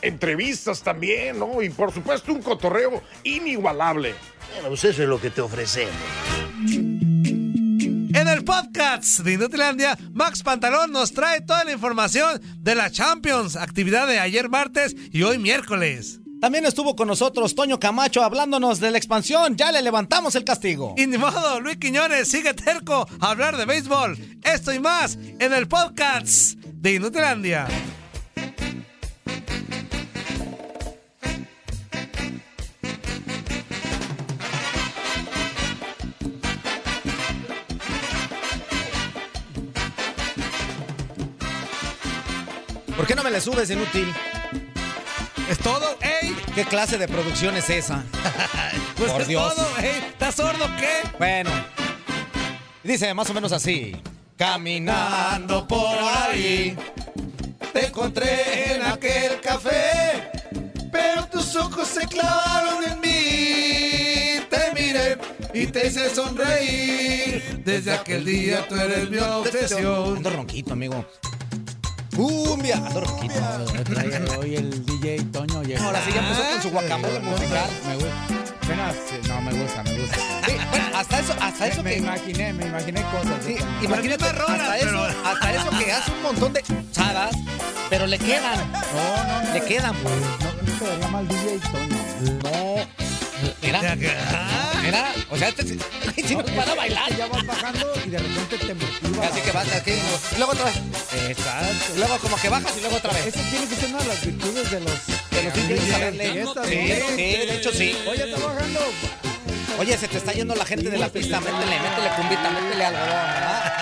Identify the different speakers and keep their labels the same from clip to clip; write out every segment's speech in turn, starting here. Speaker 1: Entrevistas también, ¿no? Y por supuesto un cotorreo inigualable.
Speaker 2: Bueno, pues eso es lo que te ofrecemos.
Speaker 3: En el podcast de Inutilandia, Max Pantalón nos trae toda la información de la Champions, actividad de ayer martes y hoy miércoles.
Speaker 4: También estuvo con nosotros Toño Camacho hablándonos de la expansión. Ya le levantamos el castigo.
Speaker 3: Y ni modo, Luis Quiñones sigue terco a hablar de béisbol. Esto y más en el podcast de Inutilandia.
Speaker 4: ¿Por qué no me le subes, inútil?
Speaker 3: ¿Es todo? ¡Ey!
Speaker 4: ¿Qué clase de producción es esa?
Speaker 3: Pues
Speaker 4: Por
Speaker 3: es
Speaker 4: Dios.
Speaker 3: todo, ey. ¿Estás sordo qué?
Speaker 4: Bueno, dice más o menos así. Caminando por ahí, te encontré en aquel café, pero tus ojos se clavaron en mí. Te miré y te hice sonreír.
Speaker 3: Desde aquel día tú eres mi obsesión.
Speaker 4: Ando ronquito, amigo. Cumbia, ando ronquito.
Speaker 5: Hoy el DJ Toño llegó.
Speaker 4: Ahora sí ya empezó con su guacamole musical.
Speaker 5: Me gusta. Apenas, eh, no, me gusta, me gusta.
Speaker 4: Sí, bueno, hasta eso, hasta eso
Speaker 5: me,
Speaker 4: que...
Speaker 5: imaginé, me imaginé cosas.
Speaker 4: Sí, imagínate,
Speaker 3: Las mismas rolas,
Speaker 4: hasta, eso,
Speaker 3: pero-
Speaker 4: hasta eso que hace un montón de chadas, pero le quedan,
Speaker 5: No, no, no.
Speaker 4: le quedan, güey.
Speaker 5: No, no se le llama al DJ Toño.
Speaker 4: No,
Speaker 3: Ya
Speaker 4: era,
Speaker 3: que- ah,
Speaker 4: era, o sea, este, si nos van a bailar.
Speaker 5: Ya vas bajando y de repente te motiva.
Speaker 4: Así que vas aquí, y luego otra vez,
Speaker 5: Exacto.
Speaker 4: y luego como que bajas y luego otra vez.
Speaker 5: Esa tiene que ser una de las virtudes de los...
Speaker 4: De los DJs,
Speaker 5: Sí,
Speaker 4: saberle.
Speaker 5: sí,
Speaker 4: Sí, sí, de hecho sí.
Speaker 5: Oye, está bajando.
Speaker 4: Oye, se te está yendo la gente de la pista, métele, métele cumbita, métele algodón, ¿verdad?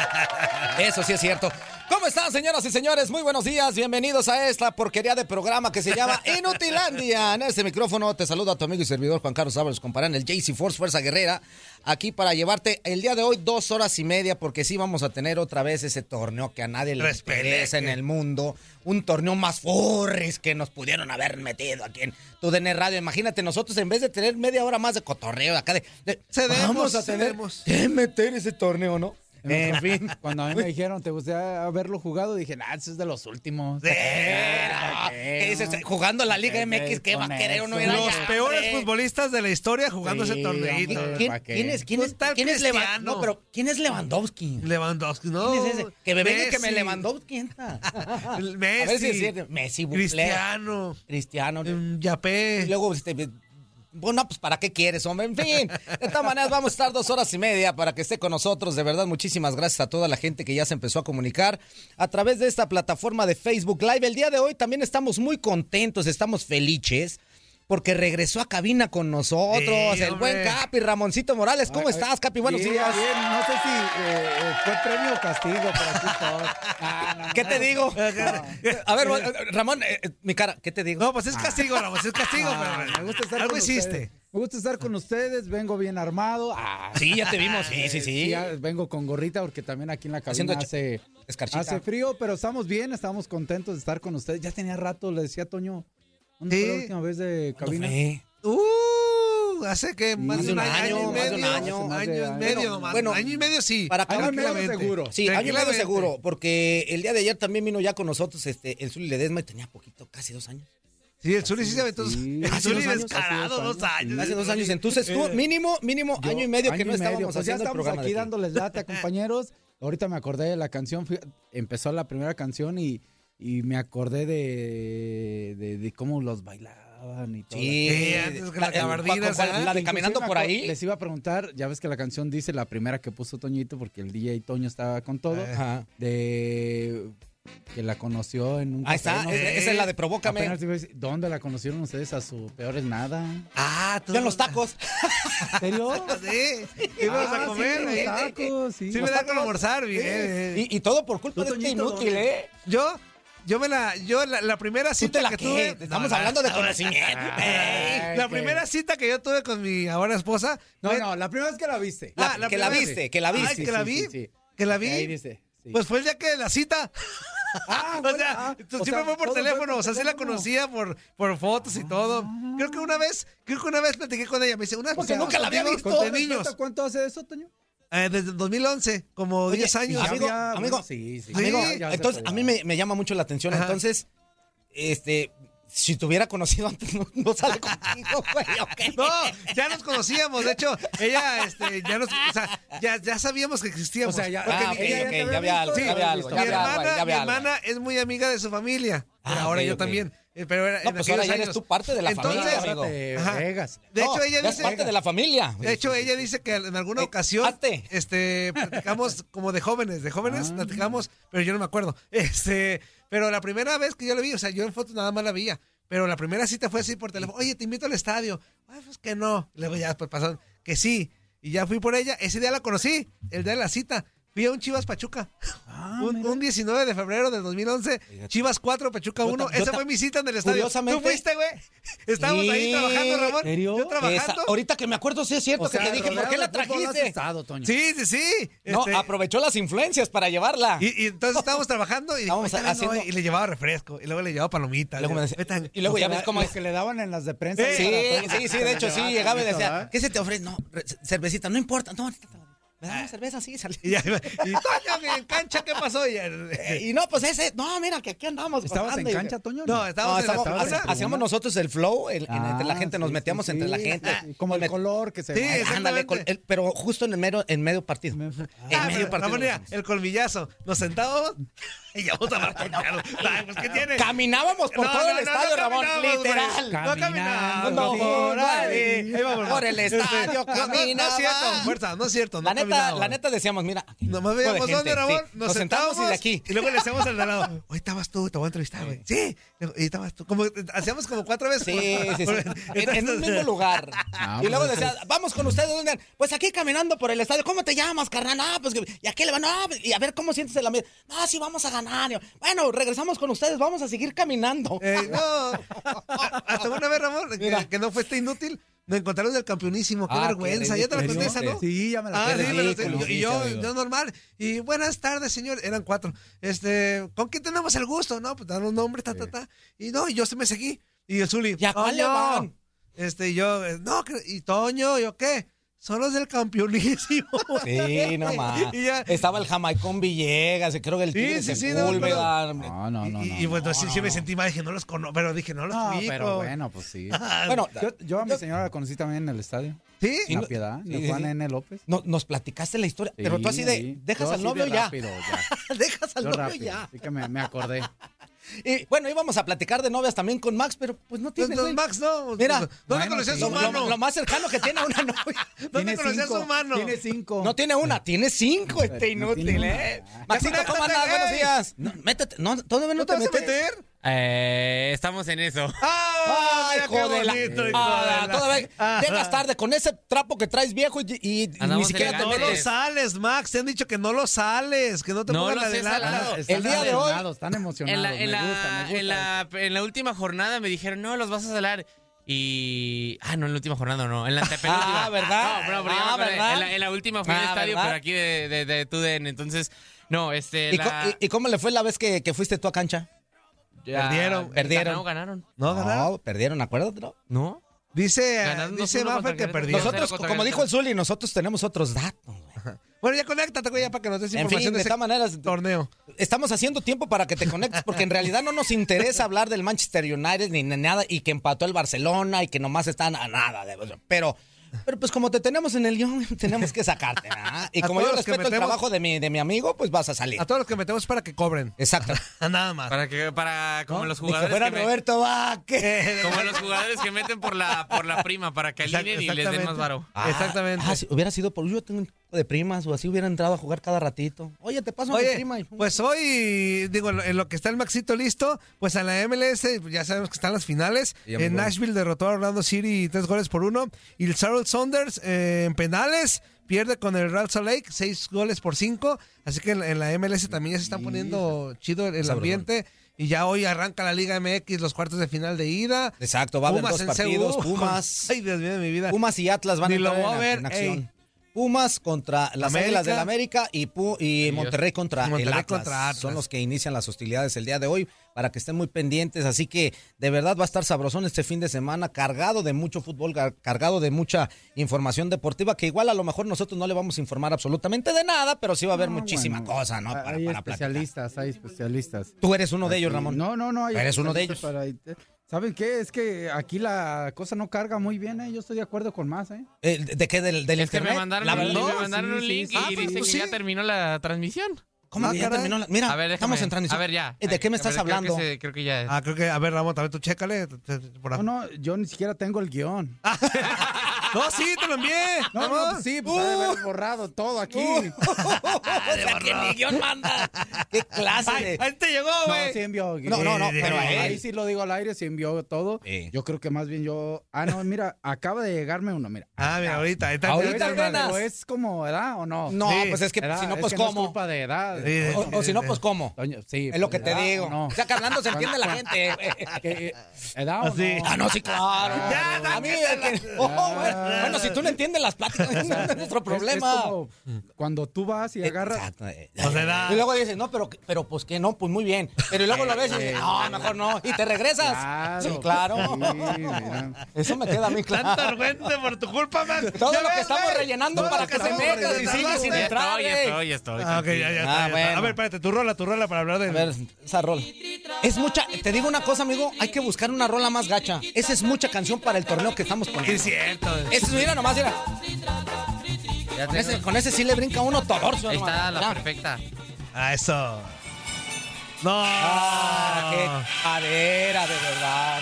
Speaker 4: Eso sí es cierto. ¿Cómo están, señoras y señores? Muy buenos días, bienvenidos a esta porquería de programa que se llama Inutilandia. En este micrófono te saluda tu amigo y servidor Juan Carlos Álvarez Comparán, el JC Force Fuerza Guerrera, aquí para llevarte el día de hoy dos horas y media, porque sí vamos a tener otra vez ese torneo que a nadie le
Speaker 3: Respeleque.
Speaker 4: interesa en el mundo. Un torneo más forris que nos pudieron haber metido aquí en TUDN Radio. Imagínate, nosotros en vez de tener media hora más de cotorreo acá de... de-
Speaker 3: Cedemos,
Speaker 4: vamos a tener
Speaker 3: cedemos.
Speaker 4: que meter ese torneo, ¿no? En fin.
Speaker 5: Cuando a mí me dijeron, ¿te gustaría haberlo jugado? Dije, ah, ese es de los últimos.
Speaker 4: Era. ¿Qué dices? Jugando la Liga MX, ¿qué va a querer uno? Era
Speaker 3: Los
Speaker 4: ya,
Speaker 3: peores
Speaker 4: hombre.
Speaker 3: futbolistas de la historia jugando
Speaker 5: Sí,
Speaker 3: ese torneito.
Speaker 5: hombre.
Speaker 4: ¿Quién,
Speaker 5: ¿Pa' qué?
Speaker 4: quién es, quién es,
Speaker 3: Pues tal
Speaker 4: quién es Levan-
Speaker 3: Cristiano.
Speaker 4: No, pero ¿quién es Lewandowski?
Speaker 3: Lewandowski, no.
Speaker 4: ¿Quién es ese? Que me venga y que me
Speaker 3: Messi,
Speaker 4: Lewandowski. ¿quién está?
Speaker 3: el
Speaker 4: A ver si es
Speaker 3: Messi.
Speaker 4: cierto. Messi, Buffon,
Speaker 3: Cristiano.
Speaker 4: Cristiano.
Speaker 3: mm,
Speaker 4: Y
Speaker 3: Yapé.
Speaker 4: luego, este, bueno, pues para qué quieres, hombre. En fin, de esta manera vamos a estar dos horas y media para que esté con nosotros. De verdad, muchísimas gracias a toda la gente que ya se empezó a comunicar a través de esta plataforma de Facebook Live. El día de hoy también estamos muy contentos, estamos felices. Porque regresó a cabina con nosotros
Speaker 3: Sí,
Speaker 4: el
Speaker 3: hombre.
Speaker 4: buen Capi, Ramoncito Morales. ¿Cómo estás, Capi? Buenos
Speaker 5: Bien,
Speaker 4: días.
Speaker 5: bien. No sé si eh, eh, fue premio o castigo, pero aquí estoy. Ah, no,
Speaker 4: ¿Qué
Speaker 5: no.
Speaker 4: te digo?
Speaker 5: No.
Speaker 4: A ver, Ramón, eh, eh, mi cara, ¿qué te digo?
Speaker 3: No, pues es castigo, Ramos, es castigo.
Speaker 5: Ah,
Speaker 3: pero-
Speaker 5: me gusta estar
Speaker 3: Algo
Speaker 5: con ustedes.
Speaker 3: hiciste.
Speaker 5: Me gusta estar con ustedes, vengo bien armado. Ah,
Speaker 4: Sí, ya te vimos. Sí, sí, sí.
Speaker 5: ya ah, vengo con gorrita porque también aquí en la
Speaker 4: Haciendo
Speaker 5: cabina hace,
Speaker 4: ch- escarchita.
Speaker 5: hace frío, pero estamos bien, estamos contentos de estar con ustedes. Ya tenía rato, le decía a Toño, ¿dónde
Speaker 3: Sí.
Speaker 5: fue la última vez de
Speaker 4: ¿Cuándo
Speaker 5: cabina?
Speaker 4: fue?
Speaker 3: Uh, hace que más
Speaker 5: Hace
Speaker 3: de un
Speaker 5: un
Speaker 3: año,
Speaker 5: año,
Speaker 3: y
Speaker 5: más de
Speaker 3: medio.
Speaker 5: un año.
Speaker 3: año y
Speaker 5: Bueno,
Speaker 3: medio nomás.
Speaker 4: bueno,
Speaker 3: año y medio sí.
Speaker 4: para acabar-
Speaker 5: Año y medio
Speaker 3: tranquilamente.
Speaker 5: seguro.
Speaker 4: Sí, año y medio
Speaker 3: Tranquilamente.
Speaker 4: seguro, porque el día de ayer también vino ya con nosotros este, el Zuli Ledesma y tenía poquito, casi dos años.
Speaker 3: Sí, el Zuli sí se aventó.
Speaker 5: Sí.
Speaker 3: El
Speaker 5: Hace
Speaker 3: Zuli
Speaker 5: dos años,
Speaker 3: descarado,
Speaker 5: hace
Speaker 3: dos
Speaker 5: dos
Speaker 3: años.
Speaker 4: Hace dos años, entonces tú mínimo, mínimo
Speaker 5: Eh, Yo,
Speaker 4: año y medio que
Speaker 5: año
Speaker 4: no
Speaker 5: y medio,
Speaker 4: estábamos
Speaker 5: pues ya
Speaker 4: haciendo el
Speaker 5: estamos
Speaker 4: programa. de
Speaker 5: aquí
Speaker 4: aquí.
Speaker 5: dándoles lata, compañeros. Ahorita me acordé de la canción. fui- empezó la primera canción y, y me acordé de, de, de cómo los bailaba. cantaban y todo.
Speaker 4: Sí,
Speaker 3: Sí, antes que la
Speaker 4: el- ¿cuál-
Speaker 3: Cabardina,
Speaker 4: cuál-
Speaker 3: ¿sabes?
Speaker 4: la de
Speaker 5: Inclusive
Speaker 4: caminando
Speaker 5: me
Speaker 4: por
Speaker 5: acu-
Speaker 4: ahí.
Speaker 5: Les iba a preguntar, ya ves que la canción dice la primera que puso Toñito, porque el DJ Toño estaba con todo,
Speaker 4: Ajá.
Speaker 5: de que la conoció en un
Speaker 4: Ahí
Speaker 5: café,
Speaker 4: está,
Speaker 5: no
Speaker 4: es-
Speaker 5: sé.
Speaker 4: esa es la de Provócame.
Speaker 5: Apenas te iba a decir, ¿Dónde la conocieron ustedes a su peor es nada?
Speaker 3: Ah, tú.
Speaker 4: Ya en los tacos.
Speaker 5: ¿En serio?
Speaker 3: Ah, Sí, ¿qué ibas a
Speaker 5: Ah,
Speaker 3: comer?
Speaker 5: Sí,
Speaker 3: eh?
Speaker 5: los tacos, sí.
Speaker 3: Sí, me da con almorzar, bien. eh.
Speaker 4: Y, y todo por culpa
Speaker 5: Tú,
Speaker 4: de este
Speaker 5: Toñito,
Speaker 4: inútil,
Speaker 5: ¿dónde?
Speaker 4: ¿eh?
Speaker 3: Yo, yo me la, yo la, la primera
Speaker 4: ¿Tú
Speaker 3: cita
Speaker 4: te la
Speaker 3: que
Speaker 4: qué?
Speaker 3: tuve.
Speaker 4: Estamos
Speaker 3: No, no,
Speaker 4: hablando de conocimiento. ey.
Speaker 3: La primera cita que yo tuve con mi ahora esposa.
Speaker 5: No,
Speaker 3: fue-
Speaker 5: no, la primera vez que la viste.
Speaker 4: La-
Speaker 3: Ah, la
Speaker 4: que la
Speaker 3: primera-
Speaker 4: viste, que la
Speaker 3: Ay,
Speaker 4: viste.
Speaker 3: que la vi.
Speaker 5: Sí, sí, sí.
Speaker 3: Que la
Speaker 5: Ahí
Speaker 3: vi.
Speaker 5: dice. sí.
Speaker 3: Pues fue el día que la cita.
Speaker 5: Ah,
Speaker 3: O
Speaker 5: bueno,
Speaker 3: sea,
Speaker 5: ah,
Speaker 3: tú
Speaker 5: o
Speaker 3: siempre
Speaker 5: sea,
Speaker 3: fue por
Speaker 5: todo
Speaker 3: teléfono, o
Speaker 5: por
Speaker 3: sea, sí la
Speaker 5: teléfono.
Speaker 3: conocía por, por fotos y todo. Creo que una vez, creo que una vez platiqué con ella, me dice, una vez
Speaker 4: Ah. Porque
Speaker 3: platicamos
Speaker 4: nunca la había
Speaker 3: contigo,
Speaker 4: visto.
Speaker 3: con tus
Speaker 5: ¿Cuánto-
Speaker 3: niños,
Speaker 5: ¿Cuánto hace de eso, Toño?
Speaker 3: eh, desde 2011, como
Speaker 4: Oye,
Speaker 3: 10 años.
Speaker 4: amigo,
Speaker 5: Ya había-
Speaker 4: amigo,
Speaker 5: bueno, sí, sí.
Speaker 3: amigo,
Speaker 5: Ya- pues, ya se
Speaker 4: Entonces, a
Speaker 5: pelearon.
Speaker 4: mí me, me llama mucho la atención.
Speaker 3: Ajá.
Speaker 4: Entonces, este, si te hubiera conocido antes, no, no sale contigo, güey, ¿ok?
Speaker 3: No, ya nos conocíamos, de hecho, ella, este, ya nos, o sea, ya, ya sabíamos que existíamos.
Speaker 5: O sea, ya-
Speaker 3: porque
Speaker 4: Ah,
Speaker 3: mi-
Speaker 4: ok,
Speaker 5: ella ya
Speaker 4: ok,
Speaker 5: te había
Speaker 4: ya había
Speaker 5: visto,
Speaker 4: algo,
Speaker 5: ya
Speaker 4: ya había
Speaker 5: había
Speaker 4: algo,
Speaker 5: visto.
Speaker 3: mi
Speaker 4: ya había algo,
Speaker 3: hermana,
Speaker 4: ya
Speaker 3: mi
Speaker 4: había algo.
Speaker 3: hermana es muy amiga de su familia.
Speaker 4: Ah,
Speaker 3: ahora
Speaker 4: ok,
Speaker 3: yo
Speaker 4: ok.
Speaker 3: también. eh, Pero era,
Speaker 4: No,
Speaker 3: en
Speaker 4: pues
Speaker 3: aquellos
Speaker 4: ahora ya eres
Speaker 3: años.
Speaker 4: tú parte de la familia,
Speaker 3: Entonces,
Speaker 5: Ahora
Speaker 4: amigo.
Speaker 5: te
Speaker 3: Ajá.
Speaker 5: fregas.
Speaker 3: De
Speaker 4: No,
Speaker 3: hecho, ella
Speaker 4: ya es
Speaker 3: dice.
Speaker 4: parte de la familia.
Speaker 3: De hecho, ella dice que en alguna
Speaker 4: Eh,
Speaker 3: ocasión
Speaker 4: hazte.
Speaker 3: este platicamos como de jóvenes, de jóvenes
Speaker 5: Ah.
Speaker 3: platicamos, pero yo no me acuerdo. Este, pero la primera vez que yo la vi, o sea, yo en fotos nada más la veía, pero la primera cita fue así por teléfono, "Oye, te invito al estadio." "Ay, pues que no." Luego ya pues pasaron que sí, y ya fui por ella, ese día la conocí, el día de la cita. Fui a un Chivas Pachuca,
Speaker 5: Ah,
Speaker 3: un,
Speaker 5: mira.
Speaker 3: un 19 de febrero del 2011, Chivas 4, Pachuca
Speaker 4: Yo
Speaker 3: 1.
Speaker 4: ta- yo
Speaker 3: Esa
Speaker 4: ta-
Speaker 3: fue mi cita en el estadio. ¿Tú
Speaker 4: curiosamente-
Speaker 3: fuiste, güey? Estábamos ahí
Speaker 4: Sí.
Speaker 3: trabajando, Ramón.
Speaker 4: ¿En
Speaker 5: serio?
Speaker 3: Yo
Speaker 4: Esa-
Speaker 3: trabajando.
Speaker 4: ahorita que me acuerdo, sí es cierto
Speaker 5: O sea,
Speaker 4: que te dije, ¿por
Speaker 5: rodeado
Speaker 4: qué la
Speaker 5: de fútbol has
Speaker 4: trajiste?
Speaker 5: estado, Toño.
Speaker 3: Sí, sí, sí.
Speaker 4: No,
Speaker 3: Este,
Speaker 4: aprovechó las influencias para llevarla.
Speaker 3: y, y entonces estábamos trabajando y, dijo,
Speaker 4: Estábamos
Speaker 3: "Ahorita vengo",
Speaker 4: haciendo-
Speaker 3: y le llevaba refresco y luego le llevaba palomitas.
Speaker 4: Luego me
Speaker 3: Y-
Speaker 4: decía-
Speaker 3: "Vete a-
Speaker 4: y luego
Speaker 5: O sea,
Speaker 4: ya ves cómo
Speaker 5: lo
Speaker 4: es.
Speaker 5: que le daban en las de prensa. ahí para
Speaker 4: Sí,
Speaker 5: Toño.
Speaker 4: sí, sí, de hecho sí,
Speaker 5: Ah,
Speaker 4: llegaba y
Speaker 5: Toñito,
Speaker 4: decía,
Speaker 5: ¿verdad?
Speaker 4: ¿qué se te ofrece? No, re- cervecita, no importa, no, ahorita te la doy. me da una cerveza, sí, sale.
Speaker 3: Ah. Y, ya iba, y Toño, que en cancha, ¿qué pasó? Y-
Speaker 4: Y no, pues ese, no, mira, que aquí andamos.
Speaker 5: ¿Estabas en
Speaker 4: gozando y-
Speaker 5: cancha, Toño?
Speaker 3: no, estábamos,
Speaker 4: No, estábamos-
Speaker 3: en la
Speaker 5: estabas
Speaker 4: hace-
Speaker 3: tribuna.
Speaker 5: en la
Speaker 4: hacíamos nosotros el flow, el- en- entre la
Speaker 5: Ah,
Speaker 4: gente, nos
Speaker 5: sí,
Speaker 4: metíamos
Speaker 5: sí,
Speaker 4: entre la
Speaker 5: sí.
Speaker 4: gente.
Speaker 3: Ah,
Speaker 5: Como el
Speaker 4: Nos met-
Speaker 5: color que se
Speaker 3: Sí,
Speaker 5: va.
Speaker 3: exactamente.
Speaker 4: Ándale, col- el- pero justo en el mero, en medio partido.
Speaker 5: Me-
Speaker 4: En
Speaker 3: Ah,
Speaker 4: medio
Speaker 3: pero,
Speaker 4: partido.
Speaker 3: Ramón,
Speaker 4: nos
Speaker 3: mira,
Speaker 4: hacemos.
Speaker 3: el colmillazo. Nos sentábamos y ya vamos a marconearlo. Ay, pues, ¿qué tiene?
Speaker 4: Caminábamos por
Speaker 3: No,
Speaker 4: todo
Speaker 3: no,
Speaker 4: el
Speaker 3: no,
Speaker 4: estadio,
Speaker 3: no
Speaker 4: Ramón,
Speaker 3: caminábamos,
Speaker 4: literal.
Speaker 3: güey. No
Speaker 5: Caminando
Speaker 3: caminábamos por
Speaker 4: por
Speaker 3: ahí.
Speaker 4: ahí.
Speaker 3: Ahí vamos,
Speaker 4: Por el
Speaker 3: Este,
Speaker 4: estadio
Speaker 3: no, no, No es cierto,
Speaker 4: caminaba.
Speaker 3: fuerza, no es cierto.
Speaker 4: La
Speaker 3: no
Speaker 4: neta, la
Speaker 3: caminábamos.
Speaker 4: neta decíamos, mira, aquí
Speaker 3: Nomás
Speaker 4: un poco de
Speaker 3: veíamos dónde,
Speaker 4: gente,
Speaker 3: Ramón.
Speaker 4: sí. Nos, sentamos y de aquí.
Speaker 3: Y luego le hacíamos al de al lado. Hoy estabas tú, te voy a entrevistar, güey. Sí. Y estabas tú. Como, hacíamos como cuatro veces.
Speaker 4: Sí, sí, sí. En, en un mismo lugar.
Speaker 5: Ah,
Speaker 4: y luego
Speaker 5: pues,
Speaker 4: decía, vamos con ustedes, ¿dónde andan? Pues aquí caminando por el estadio. ¿Cómo te llamas, carnal? Ah, pues, ¿y a qué le van? No, pues, y a ver, ¿cómo sientes el ambiente? No, sí, vamos a ganar. Y yo, Bueno, regresamos con ustedes, vamos a seguir caminando.
Speaker 3: Eh, no. Hasta una vez, Ramón, que, que no fuiste inútil. Nos encontraron del campeonísimo. Qué
Speaker 4: Ah, qué
Speaker 3: vergüenza. Ya te la
Speaker 4: ridículo.
Speaker 3: conté esa, ¿no?
Speaker 5: Sí, ya me la
Speaker 3: Ah,
Speaker 5: sé.
Speaker 3: sí, me lo sé.
Speaker 4: ridículo.
Speaker 3: Y yo, yo normal. Y buenas tardes, señor. Eran cuatro. Este, ¿con quién tenemos el gusto? No, pues dan un nombre, ta, ta, ta. Y no, y yo se me seguí. Y el Zuli.
Speaker 4: ¿Y a cuál le
Speaker 3: "Toño".
Speaker 4: van?
Speaker 3: Este, y yo, eh, no, que- y Toño, ¿yo qué? Son los del campeonísimo.
Speaker 4: Sí, no más.
Speaker 3: Y ya-
Speaker 4: Estaba el Jamaicón Villegas, y creo que el ah,
Speaker 3: Sí,
Speaker 4: Tigre
Speaker 3: sí, sí, no,
Speaker 4: Sepúlveda.
Speaker 5: No, no, no.
Speaker 3: y,
Speaker 5: no,
Speaker 3: y bueno,
Speaker 5: no,
Speaker 3: sí, sí me sentí mal, dije, no los conozco, pero dije, no los
Speaker 5: No,
Speaker 3: ubico.
Speaker 5: pero bueno, pues sí.
Speaker 4: ah, Bueno,
Speaker 5: Yo, yo a mi señora la conocí también en el estadio.
Speaker 3: ¿Sí?
Speaker 4: Sí,
Speaker 5: En
Speaker 4: no-
Speaker 5: la Piedad,
Speaker 4: sí,
Speaker 5: de
Speaker 4: sí,
Speaker 5: Juan
Speaker 4: sí.
Speaker 5: N. López.
Speaker 4: no- nos platicaste la historia, pero tú así de,
Speaker 5: Sí,
Speaker 4: dejas
Speaker 5: yo
Speaker 4: al
Speaker 5: así de
Speaker 4: novio ya.
Speaker 5: rápido, ya.
Speaker 4: Dejas al
Speaker 5: Yo
Speaker 4: novio
Speaker 5: rápido,
Speaker 4: ya.
Speaker 5: Así que me, me acordé.
Speaker 4: Y bueno, íbamos a platicar de novias también con Max, pero pues no
Speaker 3: Pues
Speaker 4: tiene.
Speaker 3: los
Speaker 4: güey.
Speaker 3: Max no.
Speaker 4: Mira,
Speaker 3: no
Speaker 5: bueno,
Speaker 3: conocías
Speaker 5: sí,
Speaker 3: su
Speaker 4: lo,
Speaker 3: mano.
Speaker 4: lo- lo más cercano que tiene a una novia.
Speaker 3: ¿Dónde conocías su mano?
Speaker 5: Tiene cinco.
Speaker 4: No tiene una, tiene cinco, este
Speaker 5: No
Speaker 4: inútil,
Speaker 5: tiene una.
Speaker 4: ¿eh? Maxito,
Speaker 3: Ya
Speaker 4: ¿cómo
Speaker 3: conéctate,
Speaker 4: andas? Buenos
Speaker 3: ey.
Speaker 4: días. No, métete, no, todavía no,
Speaker 3: ¿No te vas a
Speaker 4: metes.
Speaker 3: meter?
Speaker 6: Eh, estamos en eso.
Speaker 3: ¡Ah!
Speaker 4: Ay,
Speaker 3: mira qué
Speaker 4: hijo de la-
Speaker 3: bonito, hijo
Speaker 4: Ah,
Speaker 3: de la-
Speaker 4: todavía
Speaker 3: Ah.
Speaker 4: llegas tarde con ese trapo que traes viejo y, y- y ni
Speaker 6: Andamos
Speaker 4: siquiera te
Speaker 3: No
Speaker 6: elegantes.
Speaker 3: lo
Speaker 4: metes.
Speaker 3: sales, Max. Te han dicho que no lo sales, que no te
Speaker 6: No
Speaker 3: pongas
Speaker 6: lo
Speaker 3: la
Speaker 6: sé,
Speaker 3: de Ah, lata.
Speaker 6: salado.
Speaker 5: Están
Speaker 4: El día de hoy-
Speaker 5: emocionados, Están emocionados.
Speaker 6: En la, en,
Speaker 5: me
Speaker 6: la-
Speaker 5: gusta, me gusta.
Speaker 6: en la- en la última jornada me dijeron, no, los vas a salar. Y. Ah, no, en la última jornada no, en la antepenúltima.
Speaker 4: Ah, ¿verdad?
Speaker 6: No, no, pero yo
Speaker 4: Ah,
Speaker 6: me acuerdo,
Speaker 4: ¿verdad?
Speaker 6: En, la, en la última fue
Speaker 4: Ah,
Speaker 6: al estadio,
Speaker 4: ¿verdad?
Speaker 6: pero aquí de, de, de TUDN. Entonces, no, este.
Speaker 4: ¿Y, co-
Speaker 6: la-
Speaker 4: y- y cómo le fue la vez que, que fuiste tú a cancha?
Speaker 6: ya-
Speaker 3: Perdieron,
Speaker 4: perdieron.
Speaker 6: Ganaron, ganaron.
Speaker 3: No, ganaron.
Speaker 4: perdieron, acuérdate, ¿no?
Speaker 6: ¿No?
Speaker 3: Dice,
Speaker 6: Ganaron
Speaker 3: dice
Speaker 6: 2-1 contra
Speaker 3: Maffer que
Speaker 6: Querétaro.
Speaker 3: perdió.
Speaker 6: Nosotros-
Speaker 4: Nosotros,
Speaker 6: contra
Speaker 4: como
Speaker 6: Querétaro.
Speaker 4: dijo el Zuli, nosotros tenemos otros datos. güey.
Speaker 3: Bueno, ya conéctate, güey, ya para que nos des
Speaker 4: En fin,
Speaker 3: información
Speaker 4: de
Speaker 3: de
Speaker 4: todas
Speaker 3: ese
Speaker 4: maneras,
Speaker 3: torneo.
Speaker 4: estamos haciendo tiempo para que te conectes, porque en realidad no nos interesa hablar del Manchester United ni nada, y que empató el Barcelona y que nomás están a nada. de- Pero Pero pues como te tenemos en el guión, tenemos que sacarte, ¿verdad? Y
Speaker 3: A
Speaker 4: como yo
Speaker 3: todos los que
Speaker 4: respeto el
Speaker 3: metemos-
Speaker 4: trabajo de mi, de mi amigo, pues vas a salir.
Speaker 3: A todos los que metemos es para que cobren.
Speaker 4: Exacto.
Speaker 3: Nada más.
Speaker 6: Para que, para, como los
Speaker 4: Ni que
Speaker 6: jugadores.
Speaker 4: fuera
Speaker 6: que me-
Speaker 4: Roberto Vázquez.
Speaker 6: como los jugadores que meten por la, por la prima, para que
Speaker 3: Exact-
Speaker 6: alineen y les den más
Speaker 3: exactamente.
Speaker 6: varo.
Speaker 4: Ah,
Speaker 3: Exactamente.
Speaker 4: ah, si hubiera sido por. Yo tengo un poco de primas o así hubiera entrado a jugar cada ratito. Oye, te paso a mi
Speaker 3: Oye,
Speaker 4: prima. y-
Speaker 3: pues hoy, digo, en lo- en lo que está el Maxito listo, pues a la MLS, ya sabemos que están las finales.
Speaker 4: Sí, amigo.
Speaker 3: en Nashville derrotó a Orlando City tres goles por uno. Y el Charles Saunders eh, en penales pierde con el Real Salt Lake seis goles por cinco. Así que en, la- en la MLS también ya se está poniendo chido el, el
Speaker 4: Sabrosón.
Speaker 3: ambiente. Y ya hoy arranca la Liga MX, los cuartos de final de ida.
Speaker 4: Exacto, va a haber dos
Speaker 3: en
Speaker 4: partidos.
Speaker 3: CU.
Speaker 4: Pumas.
Speaker 3: Ay, Dios mío de mi vida.
Speaker 4: Pumas y Atlas van a
Speaker 3: Ni lo
Speaker 4: entrar en,
Speaker 3: voy a ver,
Speaker 4: en acción. Pumas contra las
Speaker 3: América.
Speaker 4: Águilas del América y, Pu- y Monterrey contra el
Speaker 3: Monterrey
Speaker 4: Atlas.
Speaker 3: contra Atlas.
Speaker 4: Son los que inician las hostilidades el día de hoy para que estén muy pendientes. Así que de verdad va a estar sabrosón este fin de semana, cargado de mucho fútbol, car- cargado de mucha información deportiva, que igual a lo mejor nosotros no le vamos a informar absolutamente de nada, pero sí va a haber
Speaker 5: No,
Speaker 4: muchísima
Speaker 5: bueno,
Speaker 4: cosa, ¿no? Para,
Speaker 5: hay
Speaker 4: para platicar.
Speaker 5: especialistas, hay especialistas.
Speaker 4: Tú eres uno de ellos,
Speaker 5: Aquí-
Speaker 4: Ramón.
Speaker 5: No, no, no. hay
Speaker 4: Eres uno de ellos.
Speaker 5: especialistas para- ¿Saben qué? Es que aquí la cosa no carga muy bien, ¿eh? Yo estoy de acuerdo con más, ¿eh?
Speaker 4: Eh, ¿De de qué? ¿Del, del
Speaker 6: Es que
Speaker 4: internet?
Speaker 6: me mandaron,
Speaker 4: La
Speaker 6: un-
Speaker 4: verdad,
Speaker 6: me mandaron
Speaker 5: sí,
Speaker 6: un
Speaker 5: sí,
Speaker 6: link
Speaker 5: sí. Ah,
Speaker 6: y
Speaker 5: pues,
Speaker 6: dice
Speaker 5: pues,
Speaker 6: que ya
Speaker 5: sí.
Speaker 6: terminó la transmisión.
Speaker 4: ¿Cómo
Speaker 3: Ah,
Speaker 4: que ya
Speaker 3: caray.
Speaker 4: terminó la- Mira,
Speaker 6: a ver, déjame,
Speaker 4: estamos en transmisión.
Speaker 6: A ver, ya.
Speaker 4: Eh, ¿De qué me
Speaker 6: A
Speaker 4: estás
Speaker 6: ver, creo
Speaker 4: hablando?
Speaker 6: que se- Creo que ya.
Speaker 3: Ah, creo que, a ver, Ramón, también tú chécale. t- t- por-
Speaker 5: No, no, yo ni siquiera tengo el guión.
Speaker 4: Ah,
Speaker 3: No, sí, te lo envié.
Speaker 5: No, no,
Speaker 3: Ramón.
Speaker 5: pues sí, pues ha de
Speaker 4: uh.
Speaker 5: haber borrado todo aquí.
Speaker 4: o sea, que ni guión manda. ¿Qué clase de...?
Speaker 3: Ahí te llegó,
Speaker 5: No,
Speaker 3: güey.
Speaker 5: sí envió.
Speaker 4: No, no, no,
Speaker 5: Eh,
Speaker 4: pero a
Speaker 5: ahí
Speaker 4: él.
Speaker 5: sí lo digo al aire, sí envió todo.
Speaker 4: Eh.
Speaker 5: Yo creo que más bien yo. Ah, no, mira, acaba de llegarme uno, mira.
Speaker 3: Ah, mira, ahorita. ahí está.
Speaker 4: Ahorita
Speaker 3: Ahí está,
Speaker 4: apenas.
Speaker 5: Pero es como edad o no.
Speaker 4: No,
Speaker 3: Sí.
Speaker 4: pues es que
Speaker 5: Edad,
Speaker 4: si no,
Speaker 5: es
Speaker 4: pues
Speaker 5: que es
Speaker 4: cómo.
Speaker 5: culpa de edad.
Speaker 3: Sí.
Speaker 4: o, o si no, pues cómo.
Speaker 5: Toño, sí,
Speaker 4: Es lo que
Speaker 5: pues,
Speaker 4: te
Speaker 5: edad
Speaker 4: digo.
Speaker 5: o no.
Speaker 4: O sea, que hablando se entiende la gente. güey.
Speaker 5: Que, eh, ¿Edad o
Speaker 3: Sí.
Speaker 5: no?
Speaker 4: Ah, no, sí, claro.
Speaker 3: Ya,
Speaker 4: a mí, el que- oh, bueno, bueno, si tú no entiendes las pláticas, no es nuestro
Speaker 5: Es- es
Speaker 4: problema.
Speaker 5: como cuando tú vas y agarras.
Speaker 4: Exacto, eh.
Speaker 3: O sea, da-
Speaker 4: y luego dices, no, pero, pero pues que no, pues muy bien. Pero luego lo ves y dices, no, mejor no. Y te regresas.
Speaker 5: Claro,
Speaker 4: sí, claro.
Speaker 5: sí, mira.
Speaker 4: Eso me queda a mí claro.
Speaker 3: Tanta gente por tu culpa, man.
Speaker 4: Todo
Speaker 3: Ya
Speaker 4: lo que
Speaker 3: ves,
Speaker 4: estamos
Speaker 3: güey.
Speaker 4: rellenando
Speaker 3: Todo
Speaker 4: para
Speaker 3: lo
Speaker 4: que se
Speaker 3: estamos
Speaker 4: meta y
Speaker 3: rellenando,
Speaker 4: sigue sin
Speaker 3: güey.
Speaker 4: entrar.
Speaker 6: Ah, Estoy, estoy,
Speaker 4: güey.
Speaker 6: estoy.
Speaker 3: Ah, ok, ya, ya.
Speaker 4: Ah,
Speaker 3: está, ya está.
Speaker 4: bueno.
Speaker 3: A ver, espérate, tu rola, tu rola para hablar de.
Speaker 4: A ver, esa rola. Es mucha. Te digo una cosa, amigo. Hay que buscar una rola más gacha. Esa es mucha canción para el torneo que estamos poniendo.
Speaker 3: Es cierto.
Speaker 4: Ese, mira nomás, mira. Con ese, con ese sí le brinca uno toror.
Speaker 6: Ahí está la perfecta.
Speaker 3: Ah, eso. No.
Speaker 4: Ah, qué cadera, de verdad.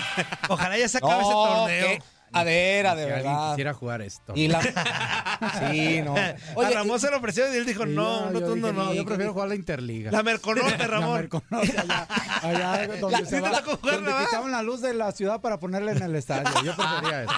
Speaker 3: Ojalá ya se acabe ese
Speaker 4: No,
Speaker 3: torneo.
Speaker 4: qué cadera, de
Speaker 5: Que alguien
Speaker 4: verdad.
Speaker 5: quisiera jugar esto.
Speaker 4: Y la... Sí, no.
Speaker 3: a Ramón se lo ofreció y él dijo,
Speaker 5: Sí,
Speaker 3: no,
Speaker 5: yo-
Speaker 3: no,
Speaker 5: yo
Speaker 3: tú no,
Speaker 5: dije,
Speaker 3: no.
Speaker 5: Yo prefiero jugar la Interliga.
Speaker 3: La Merconorte,
Speaker 5: La
Speaker 3: Ramón.
Speaker 5: Merconorte, allá, allá donde
Speaker 4: La-
Speaker 5: se
Speaker 4: ¿Sí te
Speaker 5: va-
Speaker 3: tocó jugar,
Speaker 5: donde
Speaker 3: verdad?
Speaker 5: quitaban la luz de la ciudad para ponerla en el estadio. Yo prefería eso.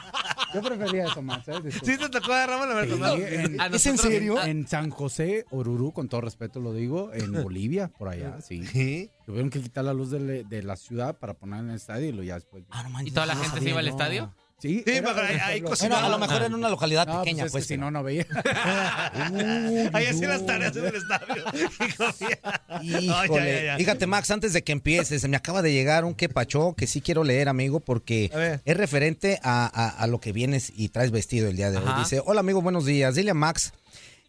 Speaker 5: Yo prefería eso más. ¿eh? Disculpa.
Speaker 3: Sí, te tocó a Ramón la
Speaker 5: Sí,
Speaker 3: Merconorte.
Speaker 5: en,
Speaker 6: A
Speaker 4: ¿Es en
Speaker 6: nosotros-
Speaker 4: serio?
Speaker 5: en San José, Orurú, con todo respeto lo digo, en Bolivia, por allá, sí.
Speaker 3: Sí.
Speaker 5: Tuvieron que quitar la luz de, le- de la ciudad para ponerla en el estadio y lo ya después.
Speaker 4: Ah, no
Speaker 6: ¿Y
Speaker 4: manches,
Speaker 6: toda la
Speaker 4: no
Speaker 6: gente se
Speaker 4: sabía,
Speaker 6: iba al
Speaker 4: no.
Speaker 6: estadio?
Speaker 5: Sí,
Speaker 3: Sí,
Speaker 5: era-
Speaker 3: pero ahí- ahí
Speaker 5: pueblo.
Speaker 4: Bueno, a lo
Speaker 3: cocinaban.
Speaker 4: mejor en una localidad
Speaker 5: No,
Speaker 4: pequeña,
Speaker 5: pues, Uh,
Speaker 4: pues.
Speaker 5: es que si
Speaker 4: pero-
Speaker 5: no, no veía.
Speaker 3: Ahí hacían las tareas en el estadio. Y comía. No, ya,
Speaker 4: Híjole.
Speaker 3: ya, ya.
Speaker 4: Fíjate, Max, antes de que empieces, se me acaba de llegar un quepacho que sí quiero leer, amigo, porque
Speaker 3: A ver.
Speaker 4: es referente a, a- a lo que vienes y traes vestido el día de hoy.
Speaker 6: Ajá.
Speaker 4: Dice, hola amigo, buenos días. Dile a Max